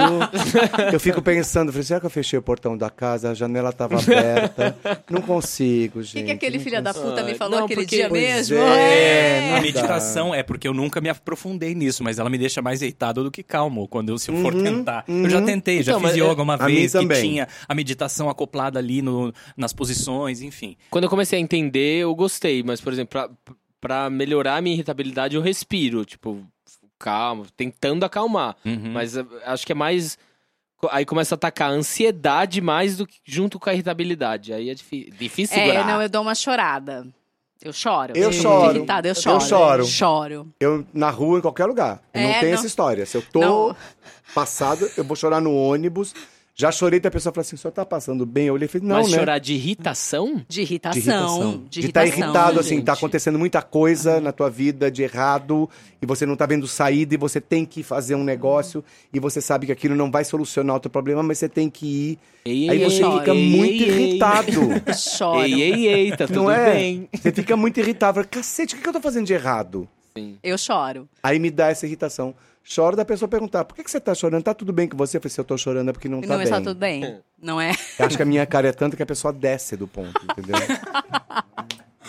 [SPEAKER 4] Eu fico pensando, falei, será que eu fechei o portão da casa? A janela tava aberta. Não consigo,
[SPEAKER 2] O que,
[SPEAKER 4] gente.
[SPEAKER 2] que aquele
[SPEAKER 4] não
[SPEAKER 2] filho da puta me
[SPEAKER 1] Ai,
[SPEAKER 2] falou
[SPEAKER 1] não,
[SPEAKER 2] aquele
[SPEAKER 1] porque-
[SPEAKER 2] dia
[SPEAKER 1] Pois
[SPEAKER 2] mesmo?
[SPEAKER 4] é,
[SPEAKER 2] É.
[SPEAKER 4] não
[SPEAKER 3] A
[SPEAKER 4] dá.
[SPEAKER 3] meditação é porque eu nunca me aprofundei nisso, mas ela me deixa mais irritado do que calmo quando eu se eu for
[SPEAKER 4] Uhum,
[SPEAKER 3] tentar. Eu já
[SPEAKER 4] uhum. é,
[SPEAKER 3] tentei, já
[SPEAKER 1] Então,
[SPEAKER 3] fiz
[SPEAKER 1] mas eu-
[SPEAKER 3] yoga uma
[SPEAKER 4] a mim
[SPEAKER 3] vez que
[SPEAKER 4] também.
[SPEAKER 3] tinha a meditação acoplada ali no, nas posições, enfim.
[SPEAKER 1] Quando eu comecei a entender, eu gostei. Mas, por exemplo, pra, pra melhorar a minha irritabilidade, eu respiro. Tipo, calmo, tentando acalmar.
[SPEAKER 3] Mas
[SPEAKER 1] Mas eh, acho que é mais... co- Aí começa a atacar a ansiedade mais do que junto com a irritabilidade. Aí é difí- difícil
[SPEAKER 2] É,
[SPEAKER 1] segurar.
[SPEAKER 2] não, eu dou uma chorada. Eu choro.
[SPEAKER 4] Eu
[SPEAKER 2] fico
[SPEAKER 4] choro.
[SPEAKER 2] muito irritada, eu choro.
[SPEAKER 4] choro.
[SPEAKER 2] Choro.
[SPEAKER 4] Eu, na rua, em qualquer lugar. Eu
[SPEAKER 2] É,
[SPEAKER 4] não tenho
[SPEAKER 2] não.
[SPEAKER 4] essa história. Se eu tô
[SPEAKER 2] Não.
[SPEAKER 4] passado, eu vou chorar no ônibus. Já chorei, até a pessoa falou assim, o senhor tá passando bem? Eu olhei e falei, não,
[SPEAKER 1] Mas
[SPEAKER 4] né?
[SPEAKER 1] chorar de irritação?
[SPEAKER 2] De irritação.
[SPEAKER 4] De irritação.
[SPEAKER 2] De
[SPEAKER 4] estar
[SPEAKER 2] irritação,
[SPEAKER 4] irritado,
[SPEAKER 1] né,
[SPEAKER 4] assim, tá
[SPEAKER 1] gente?
[SPEAKER 4] acontecendo muita coisa na tua vida de errado e você não tá vendo saída e você tem que fazer um negócio e você sabe que aquilo não vai solucionar o teu problema, mas você tem que ir.
[SPEAKER 1] Ei,
[SPEAKER 4] Aí
[SPEAKER 1] ei,
[SPEAKER 4] você
[SPEAKER 1] ei,
[SPEAKER 4] fica
[SPEAKER 1] ei,
[SPEAKER 4] muito
[SPEAKER 1] ei, ei.
[SPEAKER 4] irritado.
[SPEAKER 2] Eu choro.
[SPEAKER 1] Ei, ei, ei, tá tudo
[SPEAKER 4] Não é?
[SPEAKER 1] bem.
[SPEAKER 4] Você fica muito irritável. Cacete, o que que eu tô fazendo de errado?
[SPEAKER 1] Sim.
[SPEAKER 2] Eu choro.
[SPEAKER 4] Aí me dá essa irritação. Choro da pessoa perguntar, por que, que você tá chorando? Tá tudo bem com você? Eu falei, se eu tô chorando é porque não
[SPEAKER 2] E
[SPEAKER 4] tá
[SPEAKER 2] não
[SPEAKER 4] bem.
[SPEAKER 2] está tudo bem. Não é?
[SPEAKER 4] Eu acho que a minha cara é tanto que a pessoa desce do ponto, entendeu?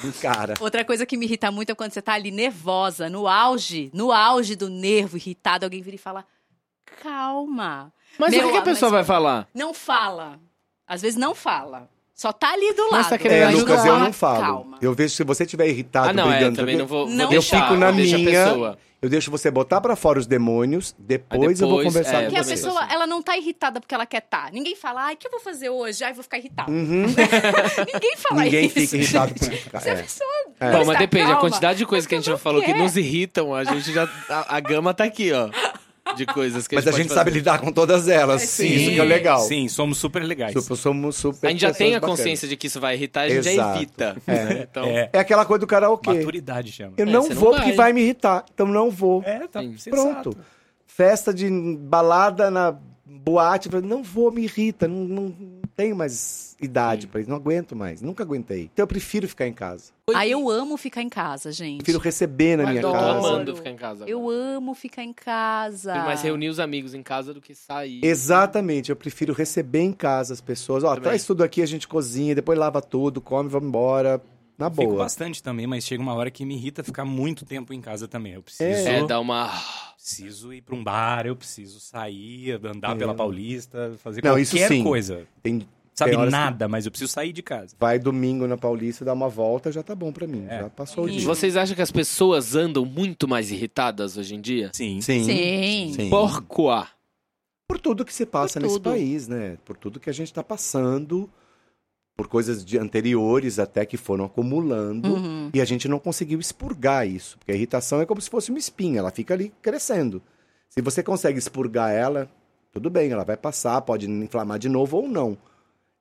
[SPEAKER 4] do cara.
[SPEAKER 2] Outra coisa que me irrita muito é quando você tá ali nervosa, no auge, no auge do nervo, irritado, alguém vira e fala: calma.
[SPEAKER 1] Mas o
[SPEAKER 2] Meu,
[SPEAKER 1] que que a
[SPEAKER 2] ah,
[SPEAKER 1] pessoa
[SPEAKER 2] mas-
[SPEAKER 1] vai falar?
[SPEAKER 2] Não fala. Às vezes não fala. Só tá ali do lado.
[SPEAKER 1] Mas tá querendo
[SPEAKER 4] É,
[SPEAKER 1] Mas não
[SPEAKER 4] Lucas, eu
[SPEAKER 2] fala,
[SPEAKER 4] não falo.
[SPEAKER 2] Calma.
[SPEAKER 4] Eu vejo se você estiver irritado,
[SPEAKER 1] Ah, não, é,
[SPEAKER 4] brigando,
[SPEAKER 1] também não vou, vou
[SPEAKER 2] Não
[SPEAKER 1] deixar,
[SPEAKER 2] fico
[SPEAKER 4] na
[SPEAKER 1] vou deixar a
[SPEAKER 4] minha.
[SPEAKER 1] pessoa.
[SPEAKER 4] eu deixo você botar pra fora os demônios, depois,
[SPEAKER 1] Aí Ah, depois,
[SPEAKER 4] eu vou conversar
[SPEAKER 1] é,
[SPEAKER 4] com
[SPEAKER 2] Porque
[SPEAKER 1] eu
[SPEAKER 2] a
[SPEAKER 1] também
[SPEAKER 4] você.
[SPEAKER 1] sou
[SPEAKER 2] pessoa,
[SPEAKER 1] assim.
[SPEAKER 2] ela não tá irritada porque ela quer tá. Ninguém fala, ai, o que eu vou fazer hoje? Ai, vou ficar irritada.
[SPEAKER 1] Hum.
[SPEAKER 4] Uhum.
[SPEAKER 2] Ninguém fala
[SPEAKER 4] Ninguém
[SPEAKER 2] isso.
[SPEAKER 4] fica irritado
[SPEAKER 2] gente.
[SPEAKER 4] por isso,
[SPEAKER 2] Se a
[SPEAKER 4] cara. É.
[SPEAKER 2] pessoa
[SPEAKER 4] É.
[SPEAKER 2] não
[SPEAKER 1] Bom, mas
[SPEAKER 2] está
[SPEAKER 1] depende, a
[SPEAKER 2] calma,
[SPEAKER 1] quantidade de coisa que a gente já
[SPEAKER 2] não
[SPEAKER 1] falou que
[SPEAKER 2] quer.
[SPEAKER 1] nos irritam, a gente já. A, a gama tá aqui, ó. De coisas que
[SPEAKER 4] Mas
[SPEAKER 1] a
[SPEAKER 4] a
[SPEAKER 1] gente,
[SPEAKER 4] gente
[SPEAKER 1] pode
[SPEAKER 4] sabe
[SPEAKER 1] fazer.
[SPEAKER 4] lidar com todas elas.
[SPEAKER 2] Sim.
[SPEAKER 4] Isso que é legal.
[SPEAKER 3] Sim, somos super legais.
[SPEAKER 4] Super, somos super
[SPEAKER 1] A gente já tem a
[SPEAKER 4] pessoas bacanas.
[SPEAKER 1] consciência de que isso vai irritar, a gente já
[SPEAKER 4] Exato.
[SPEAKER 1] evita.
[SPEAKER 4] É.
[SPEAKER 1] né? Então,
[SPEAKER 3] É,
[SPEAKER 4] É aquela coisa do karaokê.
[SPEAKER 3] maturidade chama.
[SPEAKER 4] Eu
[SPEAKER 1] É,
[SPEAKER 4] não
[SPEAKER 1] você não
[SPEAKER 4] vou porque
[SPEAKER 1] vai.
[SPEAKER 4] vai me irritar. Então não vou.
[SPEAKER 3] É, tá
[SPEAKER 1] Sim.
[SPEAKER 3] sensato.
[SPEAKER 4] Pronto. Festa de balada na boate. eu falei, Não vou, me irrita. Não, não não tenho mais idade pra isso. Não aguento mais. Nunca aguentei. Então eu prefiro ficar em casa.
[SPEAKER 2] Ai, eu amo ficar em casa, gente.
[SPEAKER 4] Prefiro receber na minha
[SPEAKER 1] eu tô
[SPEAKER 4] casa.
[SPEAKER 1] amando ficar em casa.
[SPEAKER 2] Eu
[SPEAKER 1] agora.
[SPEAKER 2] amo ficar em casa.
[SPEAKER 1] Prefiro mais reunir os amigos em casa do que sair.
[SPEAKER 4] Exatamente, eu prefiro receber em casa as pessoas. Ó,
[SPEAKER 1] Também.
[SPEAKER 4] traz tudo aqui, a gente cozinha, depois lava tudo, come, vamos embora. Na
[SPEAKER 3] Fico
[SPEAKER 4] boa.
[SPEAKER 3] bastante também, mas chega uma hora que me irrita ficar muito tempo em casa também. Eu preciso,
[SPEAKER 1] É, dá uma.
[SPEAKER 3] preciso ir pra um bar, eu preciso sair, andar
[SPEAKER 4] É.
[SPEAKER 3] pela Paulista, fazer
[SPEAKER 4] Não, isso
[SPEAKER 3] qualquer
[SPEAKER 4] sim.
[SPEAKER 3] coisa.
[SPEAKER 4] Tem-
[SPEAKER 3] Sabe
[SPEAKER 4] horas que-
[SPEAKER 3] nada, mas eu preciso sair de casa.
[SPEAKER 4] vai domingo na Paulista, dá uma volta, já tá bom pra mim.
[SPEAKER 3] É.
[SPEAKER 4] Já passou o
[SPEAKER 2] E
[SPEAKER 4] dia.
[SPEAKER 1] Vocês acham que as pessoas andam muito mais irritadas hoje em dia?
[SPEAKER 3] Sim.
[SPEAKER 2] Sim.
[SPEAKER 4] Sim.
[SPEAKER 1] Por quê?
[SPEAKER 4] Por tudo que se passa
[SPEAKER 2] Por
[SPEAKER 4] nesse
[SPEAKER 2] tudo.
[SPEAKER 4] país, né? Por tudo que a gente tá passando, por coisas de anteriores até que foram acumulando.
[SPEAKER 2] Uhum.
[SPEAKER 4] E a gente não conseguiu expurgar isso. Porque a irritação é como se fosse uma espinha, ela fica ali crescendo. Se você consegue expurgar ela, tudo bem, ela vai passar, pode inflamar de novo ou não.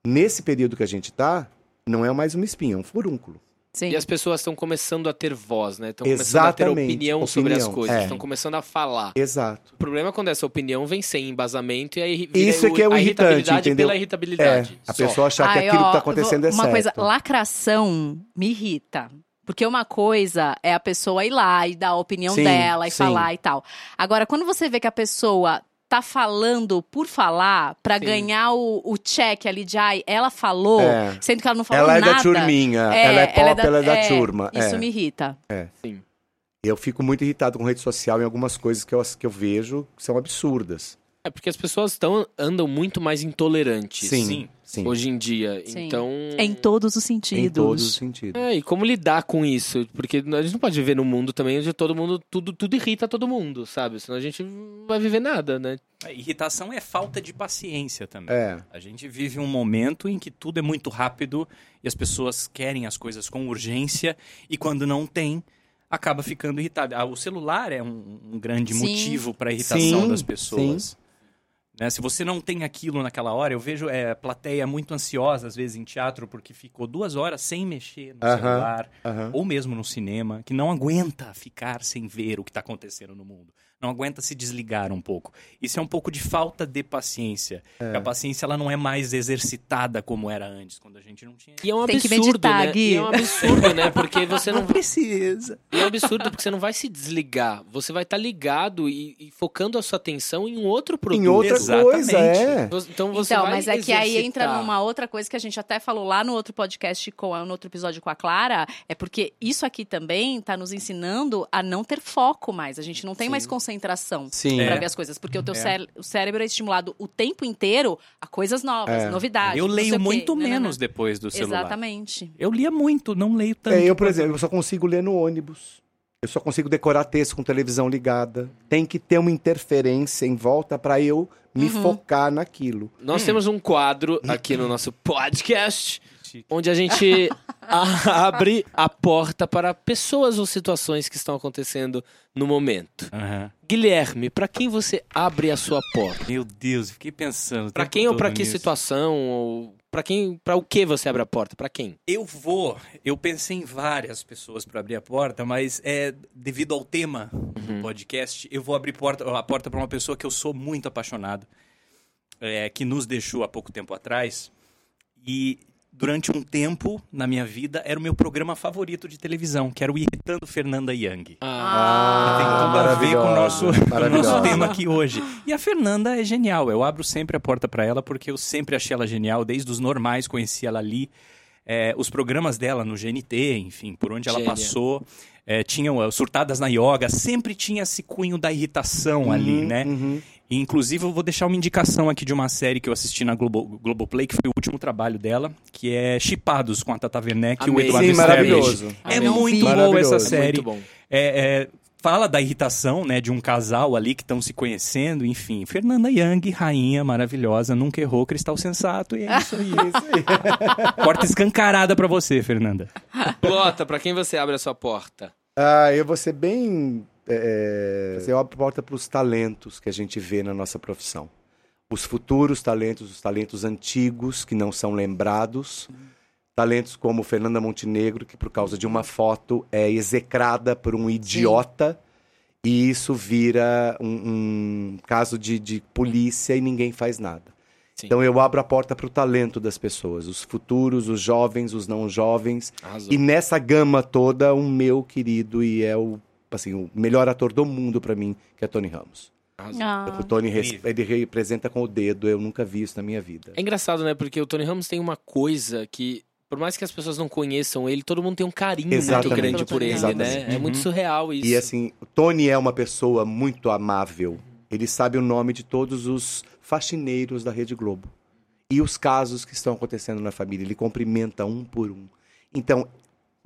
[SPEAKER 4] Nesse período que a gente tá, não é mais uma espinha, é um furúnculo.
[SPEAKER 2] Sim.
[SPEAKER 1] E as pessoas estão começando a ter voz, né? Estão começando a ter
[SPEAKER 4] Exatamente,
[SPEAKER 1] opinião, sobre as
[SPEAKER 4] opinião,
[SPEAKER 1] coisas.
[SPEAKER 4] é.
[SPEAKER 1] Estão começando a falar.
[SPEAKER 4] Exato.
[SPEAKER 1] O problema é quando essa opinião vem sem embasamento e aí
[SPEAKER 4] Isso é que é o
[SPEAKER 1] a
[SPEAKER 4] irritante,
[SPEAKER 1] irritabilidade
[SPEAKER 4] entendeu?
[SPEAKER 1] pela
[SPEAKER 4] É,
[SPEAKER 1] irritabilidade.
[SPEAKER 4] a
[SPEAKER 1] só.
[SPEAKER 4] pessoa achar que
[SPEAKER 2] Ai,
[SPEAKER 4] aquilo
[SPEAKER 2] ó,
[SPEAKER 4] que tá acontecendo
[SPEAKER 2] vou-
[SPEAKER 4] é
[SPEAKER 2] Uma
[SPEAKER 4] certo.
[SPEAKER 2] coisa, lacração me irrita. Porque uma coisa é a pessoa ir lá e dar a opinião
[SPEAKER 4] Sim,
[SPEAKER 2] dela e
[SPEAKER 4] sim.
[SPEAKER 2] falar e tal. Agora, quando você vê que a pessoa está falando por falar pra ganhar o, o check ali de ai, ela falou,
[SPEAKER 4] É.
[SPEAKER 2] sendo que ela não falou
[SPEAKER 4] Ela é
[SPEAKER 2] nada.
[SPEAKER 4] da turminha. ela é pop, ela é da, turma. é.
[SPEAKER 2] Isso me irrita.
[SPEAKER 1] Sim.
[SPEAKER 4] Eu fico muito irritado com rede social em algumas coisas que eu, que eu vejo que são absurdas.
[SPEAKER 1] É porque as pessoas tão, andam muito mais intolerantes
[SPEAKER 3] Sim.
[SPEAKER 4] Sim.
[SPEAKER 1] hoje em dia.
[SPEAKER 2] Sim.
[SPEAKER 1] Então.
[SPEAKER 2] É em todos os sentidos.
[SPEAKER 4] em todos os sentidos.
[SPEAKER 1] É, e como lidar com isso? Porque a gente não pode viver num mundo também onde todo mundo, tudo, tudo irrita todo mundo, sabe? Senão a gente não vai viver nada, né?
[SPEAKER 3] A irritação é falta de paciência também.
[SPEAKER 4] É.
[SPEAKER 3] A gente vive um momento em que tudo é muito rápido e as pessoas querem as coisas com urgência e quando não tem, acaba ficando irritada. Ah, o celular é um, um grande
[SPEAKER 2] Sim.
[SPEAKER 3] motivo para irritação
[SPEAKER 4] Sim,
[SPEAKER 3] das pessoas. Né, Se você não tem aquilo naquela hora, eu vejo é, plateia muito ansiosa, às vezes, em teatro, porque ficou duas horas sem mexer no
[SPEAKER 4] Aham.
[SPEAKER 3] celular,
[SPEAKER 4] aham.
[SPEAKER 3] ou mesmo no cinema, que não aguenta ficar sem ver o que está acontecendo no mundo. Não aguenta se desligar um pouco. Isso é um pouco de falta de paciência. Porque A paciência ela não é mais exercitada como era antes, quando a gente não tinha.
[SPEAKER 1] E é um
[SPEAKER 2] Tem que
[SPEAKER 1] absurdo,
[SPEAKER 2] meditar,
[SPEAKER 1] né?
[SPEAKER 2] Gui.
[SPEAKER 1] E é um absurdo, né? Porque você não.
[SPEAKER 3] precisa.
[SPEAKER 1] E é um absurdo porque você não vai se desligar. Você vai estar ligado e, e focando a sua atenção em um outro produto.
[SPEAKER 4] Em outra
[SPEAKER 3] Exatamente.
[SPEAKER 4] coisa, é.
[SPEAKER 1] Vo- Então você
[SPEAKER 2] Então,
[SPEAKER 1] vai
[SPEAKER 2] mas é que aí
[SPEAKER 1] exercitar.
[SPEAKER 2] entra numa outra coisa que a gente até falou lá no outro podcast, com, no outro episódio com a Clara, é porque isso aqui também tá nos ensinando a não ter foco mais. A gente não tem
[SPEAKER 1] Sim.
[SPEAKER 2] mais concentração
[SPEAKER 4] Sim.
[SPEAKER 2] pra
[SPEAKER 3] É.
[SPEAKER 2] ver as coisas, porque o teu
[SPEAKER 3] É.
[SPEAKER 2] cére- o cérebro é estimulado o tempo inteiro a coisas novas,
[SPEAKER 4] É.
[SPEAKER 1] Ah,
[SPEAKER 2] novidades.
[SPEAKER 1] tipo,
[SPEAKER 3] Eu
[SPEAKER 2] não sei o
[SPEAKER 3] leio
[SPEAKER 2] quê,
[SPEAKER 1] né,
[SPEAKER 3] muito
[SPEAKER 2] nananã.
[SPEAKER 3] menos depois do celular.
[SPEAKER 2] Exatamente.
[SPEAKER 3] Eu lia muito, não leio tanto.
[SPEAKER 4] É, eu, por exemplo, eu só consigo ler no ônibus. Eu só consigo decorar texto com televisão ligada. Tem que ter uma interferência em volta pra eu me
[SPEAKER 2] Uhum.
[SPEAKER 4] focar naquilo.
[SPEAKER 1] Nós
[SPEAKER 2] Hum.
[SPEAKER 1] temos um quadro aqui no nosso podcast onde a gente a- abre a porta para pessoas ou situações que estão acontecendo no momento.
[SPEAKER 3] Aham.
[SPEAKER 1] Guilherme, para quem você abre a sua porta?
[SPEAKER 3] Meu Deus, eu fiquei pensando. o
[SPEAKER 1] Pra
[SPEAKER 3] tempo
[SPEAKER 1] quem ou
[SPEAKER 3] todo
[SPEAKER 1] pra que
[SPEAKER 3] nisso.
[SPEAKER 1] situação ou para quem, para o que você abre a porta? Pra quem?
[SPEAKER 3] Eu vou. Eu pensei em várias pessoas pra abrir a porta, mas é devido ao tema do podcast, eu vou abrir porta, a porta pra uma pessoa que eu sou muito apaixonado, é, que nos deixou há pouco tempo atrás. E durante um tempo na minha vida era o meu programa favorito de televisão, que era o Irritando Fernanda Young. Tem
[SPEAKER 4] Ah,
[SPEAKER 3] tudo a ver com o nosso, com o
[SPEAKER 4] maravilhosa,
[SPEAKER 3] nosso
[SPEAKER 4] maravilhosa.
[SPEAKER 3] tema aqui hoje. E a Fernanda é genial. Eu abro sempre a porta pra ela porque eu sempre achei ela genial. Desde os normais, conheci ela ali. É, os programas dela no GNT, enfim, por onde ela
[SPEAKER 1] Gênia.
[SPEAKER 3] passou. É, tinham é, surtadas na yoga. Sempre tinha esse cunho da irritação ali,
[SPEAKER 4] Uhum,
[SPEAKER 3] né?
[SPEAKER 4] uhum.
[SPEAKER 3] E, inclusive, eu vou deixar uma indicação aqui de uma série que eu assisti na Globo, Globoplay, que foi o último trabalho dela, que é Chipados com a Tata Werneck e o
[SPEAKER 1] Amei.
[SPEAKER 3] Eduardo
[SPEAKER 4] Sim,
[SPEAKER 3] Sterblitch.
[SPEAKER 4] maravilhoso.
[SPEAKER 3] É
[SPEAKER 2] Amei.
[SPEAKER 3] muito boa
[SPEAKER 4] Maravilhoso.
[SPEAKER 3] essa
[SPEAKER 4] É
[SPEAKER 1] É muito
[SPEAKER 3] série.
[SPEAKER 1] bom.
[SPEAKER 3] É, é, fala da irritação, né, de um casal ali que estão se conhecendo, enfim. Fernanda Young, rainha maravilhosa, nunca errou, cristal sensato, e é isso aí. Porta escancarada pra você, Fernanda.
[SPEAKER 1] Lota, pra quem você abre a sua porta?
[SPEAKER 4] Ah, eu vou ser bem. É, eu abro porta para os talentos que a gente vê na nossa profissão. Os futuros talentos, os talentos antigos que não são lembrados. Talentos como Fernanda Montenegro, que por causa de uma foto é execrada por um idiota. E isso vira um, um caso de, de polícia e ninguém faz nada.
[SPEAKER 1] Sim.
[SPEAKER 4] Então eu abro a porta para o talento das pessoas, os futuros, os jovens, os não jovens,
[SPEAKER 1] Arrasou.
[SPEAKER 4] e nessa gama toda, o meu querido e é o, assim, o melhor ator do mundo pra mim, que é Tony Ramos.
[SPEAKER 1] Arrasou.
[SPEAKER 2] Ah.
[SPEAKER 4] o Tony res-
[SPEAKER 3] incrível.
[SPEAKER 4] ele representa com o dedo, eu nunca vi isso na minha vida.
[SPEAKER 1] É engraçado, né? Porque o Tony Ramos tem uma coisa que, por mais que as pessoas não conheçam ele, todo mundo tem um carinho
[SPEAKER 4] Exatamente.
[SPEAKER 1] muito grande por ele, né?
[SPEAKER 4] Exatamente.
[SPEAKER 1] É muito
[SPEAKER 3] Uhum.
[SPEAKER 1] surreal isso.
[SPEAKER 4] E assim, o Tony é uma pessoa muito amável. Ele sabe o nome de todos os faxineiros da Rede Globo e os casos que estão acontecendo na família. Ele cumprimenta um por um. Então,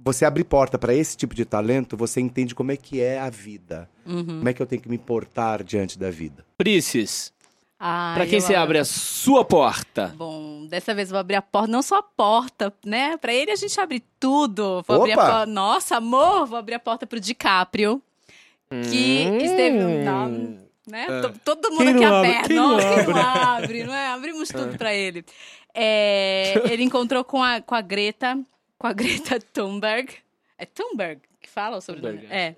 [SPEAKER 4] você abre porta pra esse tipo de talento, você entende como é que é a vida.
[SPEAKER 2] Uhum.
[SPEAKER 4] Como é que eu tenho que me portar diante da vida.
[SPEAKER 1] Prices,
[SPEAKER 2] Ah,
[SPEAKER 1] pra quem
[SPEAKER 2] eu
[SPEAKER 1] você
[SPEAKER 2] amo.
[SPEAKER 1] abre a sua porta?
[SPEAKER 2] Bom, dessa vez eu vou abrir a porta, não só a porta, né? Pra ele a gente abre tudo. Vou abrir a
[SPEAKER 4] Opa!
[SPEAKER 2] porta. Nossa, amor, vou abrir a porta pro DiCaprio, que esteve.
[SPEAKER 1] Hum.
[SPEAKER 2] Né?
[SPEAKER 1] É.
[SPEAKER 2] To- Todo mundo
[SPEAKER 1] Hum. Quem
[SPEAKER 2] aqui
[SPEAKER 1] não abre? né?
[SPEAKER 2] aberta.
[SPEAKER 1] Quem não
[SPEAKER 2] Nossa, quem não abre, não é? Abrimos tudo pra ele. É, ele encontrou com a, com a Greta, com a Greta Thunberg. É Thunberg que fala o sobrenome?
[SPEAKER 1] Thunberg,
[SPEAKER 2] É.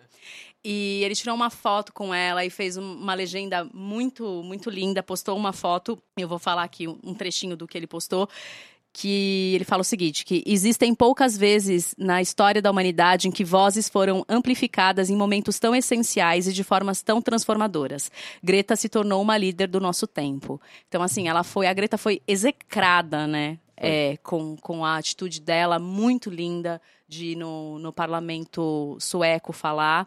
[SPEAKER 2] E ele tirou uma foto com ela e fez um- uma legenda muito, muito linda. Postou uma foto. Eu vou falar aqui um um trechinho do que ele postou. que ele fala o seguinte, que existem poucas vezes na história da humanidade em que vozes foram amplificadas em momentos tão essenciais e de formas tão transformadoras. Greta se tornou uma líder do nosso tempo. Então assim, ela foi, a Greta foi execrada, né? É, com, com a atitude dela muito linda de ir no, no parlamento sueco falar.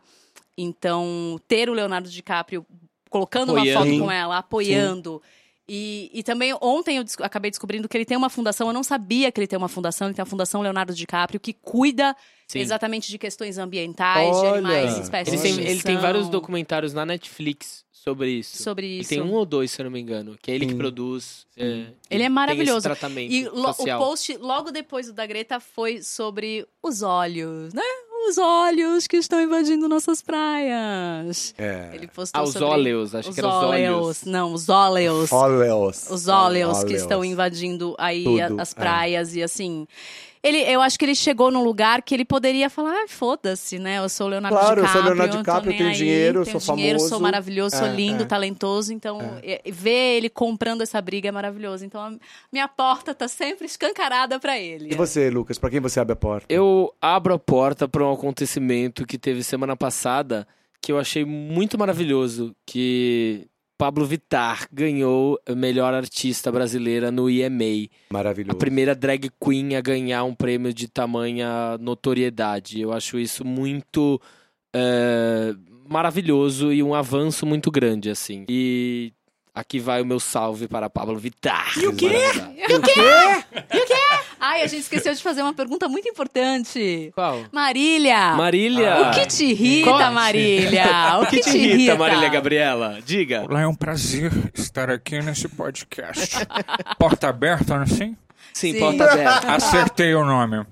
[SPEAKER 2] Então, ter o Leonardo DiCaprio colocando
[SPEAKER 1] Apoiando.
[SPEAKER 2] uma foto com ela, apoiando. E, e também, ontem eu desco- acabei descobrindo que ele tem uma fundação, eu não sabia que ele tem uma fundação, ele tem a Fundação Leonardo DiCaprio, que cuida
[SPEAKER 1] Sim.
[SPEAKER 2] exatamente de questões ambientais,
[SPEAKER 4] Olha!
[SPEAKER 2] de animais, espécies
[SPEAKER 1] Ele
[SPEAKER 2] de
[SPEAKER 1] tem, ele tem
[SPEAKER 2] extinção,
[SPEAKER 1] vários documentários na Netflix sobre isso.
[SPEAKER 2] sobre
[SPEAKER 1] Ele
[SPEAKER 2] isso.
[SPEAKER 1] tem um ou dois, se eu não me engano, que é ele que produz. é,
[SPEAKER 2] Ele é maravilhoso.
[SPEAKER 1] Tem esse tratamento
[SPEAKER 2] E lo- o
[SPEAKER 1] social.
[SPEAKER 2] post logo depois do da Greta foi sobre os olhos, né? Os olhos que estão invadindo nossas praias.
[SPEAKER 4] É.
[SPEAKER 2] Ele postou
[SPEAKER 1] Ah, os
[SPEAKER 2] sobre
[SPEAKER 1] óleos, acho
[SPEAKER 2] os
[SPEAKER 1] que era os
[SPEAKER 2] óleos.
[SPEAKER 1] óleos.
[SPEAKER 2] Não, os óleos.
[SPEAKER 4] Óleos.
[SPEAKER 2] Os óleos que
[SPEAKER 4] Óleos.
[SPEAKER 2] estão invadindo aí
[SPEAKER 4] Tudo,
[SPEAKER 2] a- as
[SPEAKER 4] é.
[SPEAKER 2] praias e assim. Ele, eu acho que ele chegou num lugar que ele poderia falar, ah, foda-se, né? Eu sou o Leonardo
[SPEAKER 4] Claro, eu
[SPEAKER 2] DiCaprio.
[SPEAKER 4] sou Leonardo
[SPEAKER 2] tô
[SPEAKER 4] DiCaprio,
[SPEAKER 2] nem
[SPEAKER 4] eu tenho
[SPEAKER 2] aí,
[SPEAKER 4] dinheiro, eu
[SPEAKER 2] tenho
[SPEAKER 4] sou
[SPEAKER 2] dinheiro, sou
[SPEAKER 4] famoso.
[SPEAKER 2] maravilhoso, sou
[SPEAKER 4] É,
[SPEAKER 2] lindo,
[SPEAKER 4] é.
[SPEAKER 2] talentoso. Então, é, ver ele comprando essa briga é maravilhoso. Então, a minha porta tá sempre escancarada pra ele.
[SPEAKER 4] E você, Lucas, pra quem você abre a porta?
[SPEAKER 1] Eu abro a porta para um acontecimento que teve semana passada que eu achei muito maravilhoso, que Pablo Vittar ganhou a melhor artista brasileira no EMA, a
[SPEAKER 4] Maravilhoso.
[SPEAKER 1] primeira drag queen a ganhar um prêmio de tamanha notoriedade. Eu acho isso muito é, maravilhoso e um avanço muito grande assim. E aqui vai o meu salve para Pablo Vittar. E o quê?
[SPEAKER 2] Ai, a gente esqueceu de fazer uma pergunta muito importante.
[SPEAKER 1] Qual? Ah,
[SPEAKER 2] Marília!
[SPEAKER 1] Marília.
[SPEAKER 2] O que te irrita,
[SPEAKER 1] Qual-
[SPEAKER 2] Marília? O
[SPEAKER 1] O que te irrita, Marília Gabriela? Diga.
[SPEAKER 5] Olá, é um prazer estar aqui nesse podcast. Porta aberta, não é assim?
[SPEAKER 1] Sim,
[SPEAKER 2] Sim.
[SPEAKER 1] porta aberta.
[SPEAKER 5] Acertei o nome.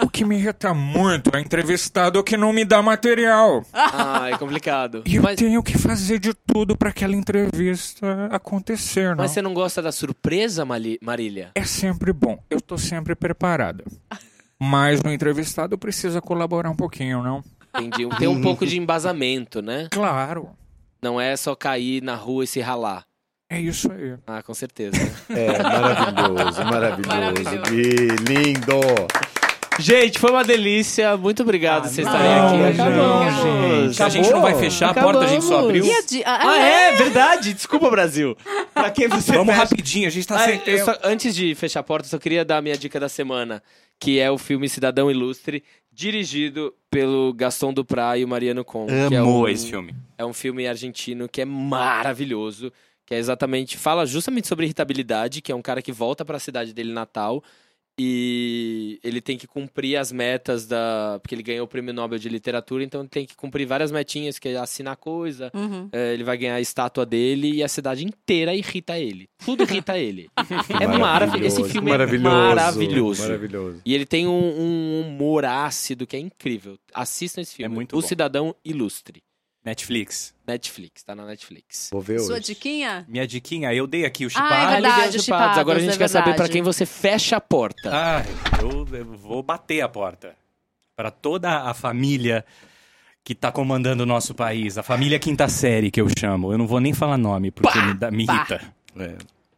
[SPEAKER 5] O que me irrita muito é entrevistado que não me dá material.
[SPEAKER 1] Ah, é complicado.
[SPEAKER 5] E eu
[SPEAKER 1] Mas,
[SPEAKER 5] tenho que fazer de tudo pra aquela entrevista acontecer, não?
[SPEAKER 1] mas você não gosta da surpresa, Mali- Marília?
[SPEAKER 5] É sempre bom. Eu tô sempre preparada. Mas no entrevistado precisa colaborar um pouquinho, não?
[SPEAKER 1] Entendi. Tem um pouco de embasamento, né?
[SPEAKER 5] Claro.
[SPEAKER 1] Não é só cair na rua e se ralar.
[SPEAKER 5] É isso aí.
[SPEAKER 1] Ah, com certeza.
[SPEAKER 4] É, maravilhoso, maravilhoso.
[SPEAKER 2] Maravilhoso.
[SPEAKER 4] Gui, lindo.
[SPEAKER 1] gente, foi uma delícia. Muito obrigado por vocês
[SPEAKER 4] não,
[SPEAKER 1] estarem aqui.
[SPEAKER 2] não,
[SPEAKER 1] Ah, Acabou.
[SPEAKER 3] gente. A gente não vai fechar a porta, a gente só abriu.
[SPEAKER 2] E a di- a-
[SPEAKER 1] Ah, é? Verdade. Desculpa, Brasil. Pra quem você
[SPEAKER 3] Vamos
[SPEAKER 1] fecha?
[SPEAKER 3] rapidinho, a gente tá
[SPEAKER 1] Ah,
[SPEAKER 3] sem
[SPEAKER 1] eu
[SPEAKER 3] tempo.
[SPEAKER 1] só- antes de fechar a porta, eu só queria dar a minha dica da semana, que é o filme Cidadão Ilustre, dirigido pelo Gaston Duprat e o Mariano Con. que é
[SPEAKER 3] Amou
[SPEAKER 1] um-
[SPEAKER 3] esse filme.
[SPEAKER 1] É um filme argentino que é maravilhoso, que é exatamente fala justamente sobre irritabilidade, que é um cara que volta para a cidade dele natal e ele tem que cumprir as metas da porque ele ganhou o prêmio Nobel de literatura, então ele tem que cumprir várias metinhas, que é assinar coisa,
[SPEAKER 2] Uhum.
[SPEAKER 1] é, ele vai ganhar a estátua dele e a cidade inteira irrita ele. Tudo irrita ele. é maravilhoso. Esse filme
[SPEAKER 4] maravilhoso,
[SPEAKER 1] é maravilhoso.
[SPEAKER 4] Maravilhoso.
[SPEAKER 1] E ele tem um, um humor ácido que é incrível. Assistam esse filme.
[SPEAKER 3] É muito
[SPEAKER 1] o
[SPEAKER 3] bom.
[SPEAKER 1] Cidadão Ilustre.
[SPEAKER 3] Netflix.
[SPEAKER 1] Netflix, tá na Netflix.
[SPEAKER 4] Vou ver hoje.
[SPEAKER 2] Sua diquinha?
[SPEAKER 3] Minha diquinha, eu dei aqui
[SPEAKER 1] Ah,
[SPEAKER 3] o
[SPEAKER 2] É
[SPEAKER 3] chipar.
[SPEAKER 2] verdade,
[SPEAKER 1] Liga dos
[SPEAKER 2] Chipados,
[SPEAKER 1] Chipados. Agora a gente
[SPEAKER 2] é
[SPEAKER 1] quer saber pra
[SPEAKER 2] verdade.
[SPEAKER 1] quem você fecha a porta.
[SPEAKER 3] Ah, eu, eu vou bater a porta. Pra toda a família que tá comandando o nosso país. A família quinta série, que eu chamo. Eu não vou nem falar nome, porque me, dá- me
[SPEAKER 2] pá.
[SPEAKER 3] irrita. É.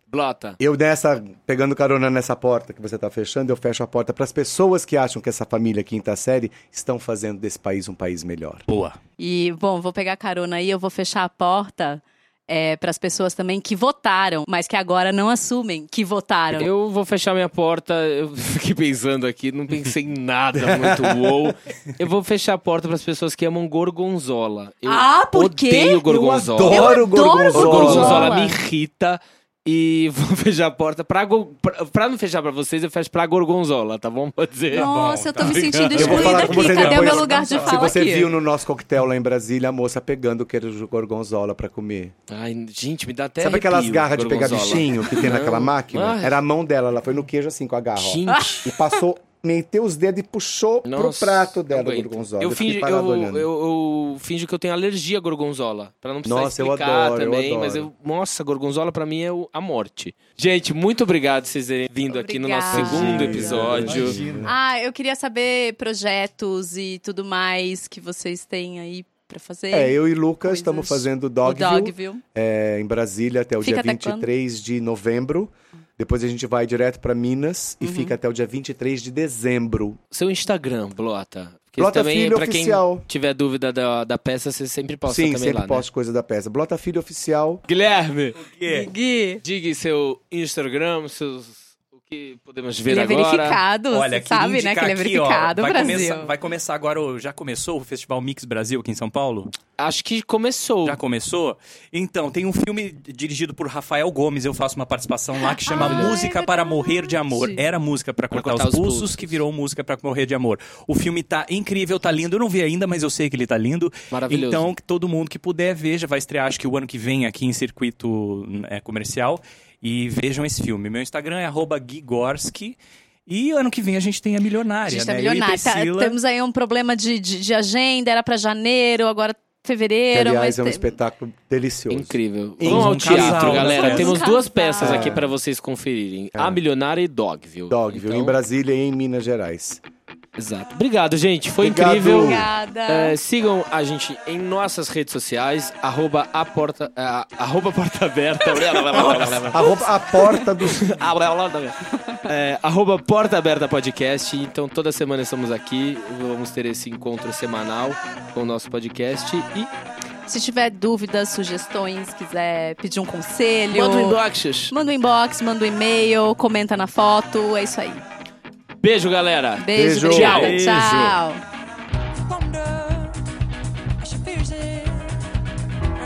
[SPEAKER 1] Blota.
[SPEAKER 4] Eu nessa, pegando carona nessa porta que você tá fechando, eu fecho a porta para as pessoas que acham que essa família quinta série estão fazendo desse país um país melhor.
[SPEAKER 3] Boa.
[SPEAKER 2] E, bom, vou pegar carona aí, eu vou fechar a porta é, para as pessoas também que votaram, mas que agora não assumem que votaram.
[SPEAKER 1] Eu vou fechar minha porta. Eu fiquei pensando aqui, não pensei em nada muito wow. Eu vou fechar a porta pras pessoas que amam gorgonzola. Eu
[SPEAKER 2] Ah, por quê?
[SPEAKER 1] odeio
[SPEAKER 4] Eu
[SPEAKER 1] gorgonzola.
[SPEAKER 4] adoro
[SPEAKER 2] Eu adoro
[SPEAKER 1] O
[SPEAKER 4] gorgonzola.
[SPEAKER 1] gorgonzola me irrita. E vou fechar a porta pra, go- pra, pra não fechar pra vocês, eu fecho pra gorgonzola, tá bom? Pode dizer.
[SPEAKER 2] Nossa, eu tô me sentindo
[SPEAKER 4] tá Eu vou
[SPEAKER 2] excluída
[SPEAKER 4] falar com
[SPEAKER 2] aqui.
[SPEAKER 4] você
[SPEAKER 2] Cadê o
[SPEAKER 4] depois.
[SPEAKER 2] meu lugar de
[SPEAKER 4] Se
[SPEAKER 2] fala
[SPEAKER 4] você
[SPEAKER 2] aqui?
[SPEAKER 4] viu no nosso coquetel lá em Brasília, a moça pegando o queijo gorgonzola para comer.
[SPEAKER 1] Ai, gente, me dá até
[SPEAKER 4] Sabe aquelas
[SPEAKER 1] arrepio,
[SPEAKER 4] garras de pegar
[SPEAKER 1] gorgonzola.
[SPEAKER 4] bichinho que tem naquela
[SPEAKER 1] Não.
[SPEAKER 4] máquina?
[SPEAKER 1] Ai.
[SPEAKER 4] Era a mão dela, ela foi no queijo assim com a garra. ó.
[SPEAKER 1] Gente,
[SPEAKER 4] E passou, meteu os dedos e puxou pro
[SPEAKER 1] Nossa,
[SPEAKER 4] prato dela
[SPEAKER 1] não
[SPEAKER 4] o
[SPEAKER 1] aguento.
[SPEAKER 4] gorgonzola.
[SPEAKER 1] Eu,
[SPEAKER 4] fiquei
[SPEAKER 1] finjo, eu,
[SPEAKER 4] parado olhando.
[SPEAKER 1] eu, eu finjo que eu tenho alergia à gorgonzola. Pra não precisar
[SPEAKER 4] Nossa, eu
[SPEAKER 1] explicar
[SPEAKER 4] adoro, eu
[SPEAKER 1] também.
[SPEAKER 4] adoro.
[SPEAKER 1] Mas eu, nossa, gorgonzola pra mim é o- a morte. Gente, muito obrigado vocês terem vindo aqui no nosso
[SPEAKER 2] Obrigada.
[SPEAKER 1] segundo episódio.
[SPEAKER 2] Ah, eu queria saber projetos e tudo mais que vocês têm aí pra fazer.
[SPEAKER 4] É, eu e Lucas
[SPEAKER 2] Coisas.
[SPEAKER 4] estamos fazendo
[SPEAKER 2] o
[SPEAKER 4] Dogville
[SPEAKER 2] Dogville.
[SPEAKER 4] é, em Brasília até o
[SPEAKER 2] Fica
[SPEAKER 4] dia
[SPEAKER 2] até quando?
[SPEAKER 4] 23 de novembro. Depois a gente vai direto pra Minas
[SPEAKER 1] Uhum.
[SPEAKER 4] e fica até o dia 23 de dezembro.
[SPEAKER 1] Seu Instagram, Blota. Porque
[SPEAKER 4] Blota
[SPEAKER 1] também,
[SPEAKER 4] Filho
[SPEAKER 1] pra
[SPEAKER 4] Oficial.
[SPEAKER 1] quem tiver dúvida da, da peça, você sempre posta
[SPEAKER 4] Sim,
[SPEAKER 1] também
[SPEAKER 4] sempre
[SPEAKER 1] lá,
[SPEAKER 4] posto coisa da peça. Blota Filho Oficial.
[SPEAKER 1] né? Guilherme,
[SPEAKER 3] É.
[SPEAKER 2] Gui.
[SPEAKER 1] diga seu Instagram, seus... o que podemos ver
[SPEAKER 2] Ele é
[SPEAKER 1] agora.
[SPEAKER 2] verificado,
[SPEAKER 3] Olha,
[SPEAKER 2] você
[SPEAKER 3] queria
[SPEAKER 2] sabe, né?
[SPEAKER 3] indicar
[SPEAKER 2] Que ele é
[SPEAKER 3] aqui, ó,
[SPEAKER 2] verificado,
[SPEAKER 3] vai
[SPEAKER 2] Brasil.
[SPEAKER 3] Começar, vai começar agora, o- já começou o Festival Mix Brasil aqui em São Paulo?
[SPEAKER 1] Acho que começou.
[SPEAKER 3] Já começou? Então, tem um filme dirigido por Rafael Gomes, eu faço uma participação lá que chama
[SPEAKER 2] Ah, é
[SPEAKER 3] Música para Morrer de Amor. Era música para cortar, os, pulsos, que virou música para morrer de amor. O filme tá incrível, tá lindo. Eu não vi ainda, mas eu sei que ele tá lindo.
[SPEAKER 1] Maravilhoso.
[SPEAKER 3] Então, que todo mundo que puder veja, vai estrear acho que o ano que vem aqui em circuito é, comercial e vejam esse filme. Meu Instagram é arroba @gigorski e ano que vem a gente tem a
[SPEAKER 2] A
[SPEAKER 3] milionária,
[SPEAKER 2] gente tá
[SPEAKER 3] né?
[SPEAKER 2] milionário. Tá-
[SPEAKER 3] Eu e Priscila-
[SPEAKER 2] temos aí um problema de, de, de agenda, era pra janeiro, agora
[SPEAKER 4] Que,
[SPEAKER 2] fevereiro.
[SPEAKER 4] aliás,
[SPEAKER 2] mas
[SPEAKER 4] é um
[SPEAKER 2] tem-
[SPEAKER 4] espetáculo delicioso.
[SPEAKER 1] Incrível.
[SPEAKER 4] Em
[SPEAKER 1] Vamos ao
[SPEAKER 3] um
[SPEAKER 1] teatro,
[SPEAKER 3] casal,
[SPEAKER 1] galera.
[SPEAKER 3] né?
[SPEAKER 1] Temos
[SPEAKER 2] Um
[SPEAKER 1] duas
[SPEAKER 2] casal.
[SPEAKER 1] peças
[SPEAKER 4] É.
[SPEAKER 1] aqui pra vocês conferirem. A Milionária e Dogville.
[SPEAKER 4] Dog, viu? Em
[SPEAKER 1] Então,
[SPEAKER 4] Brasília e em Minas Gerais.
[SPEAKER 1] Exato. Obrigado, gente. Foi
[SPEAKER 4] Obrigado.
[SPEAKER 1] incrível.
[SPEAKER 2] Obrigada.
[SPEAKER 1] É, sigam a gente em nossas redes sociais, arroba a porta, a- arroba porta aberta.
[SPEAKER 4] A, roupa- a porta dos.
[SPEAKER 1] Ah, É, arroba Porta Aberta Podcast. Então, toda semana estamos aqui. Vamos ter esse encontro semanal com o nosso podcast. E
[SPEAKER 2] Se tiver dúvidas, sugestões, quiser pedir um conselho.
[SPEAKER 1] manda um inboxes.
[SPEAKER 2] Manda um inbox, manda um e-mail, comenta na foto, é isso aí.
[SPEAKER 1] Beijo, galera.
[SPEAKER 2] Beijo,
[SPEAKER 4] Beijo.
[SPEAKER 2] obrigada,
[SPEAKER 1] Beijo.
[SPEAKER 2] tchau.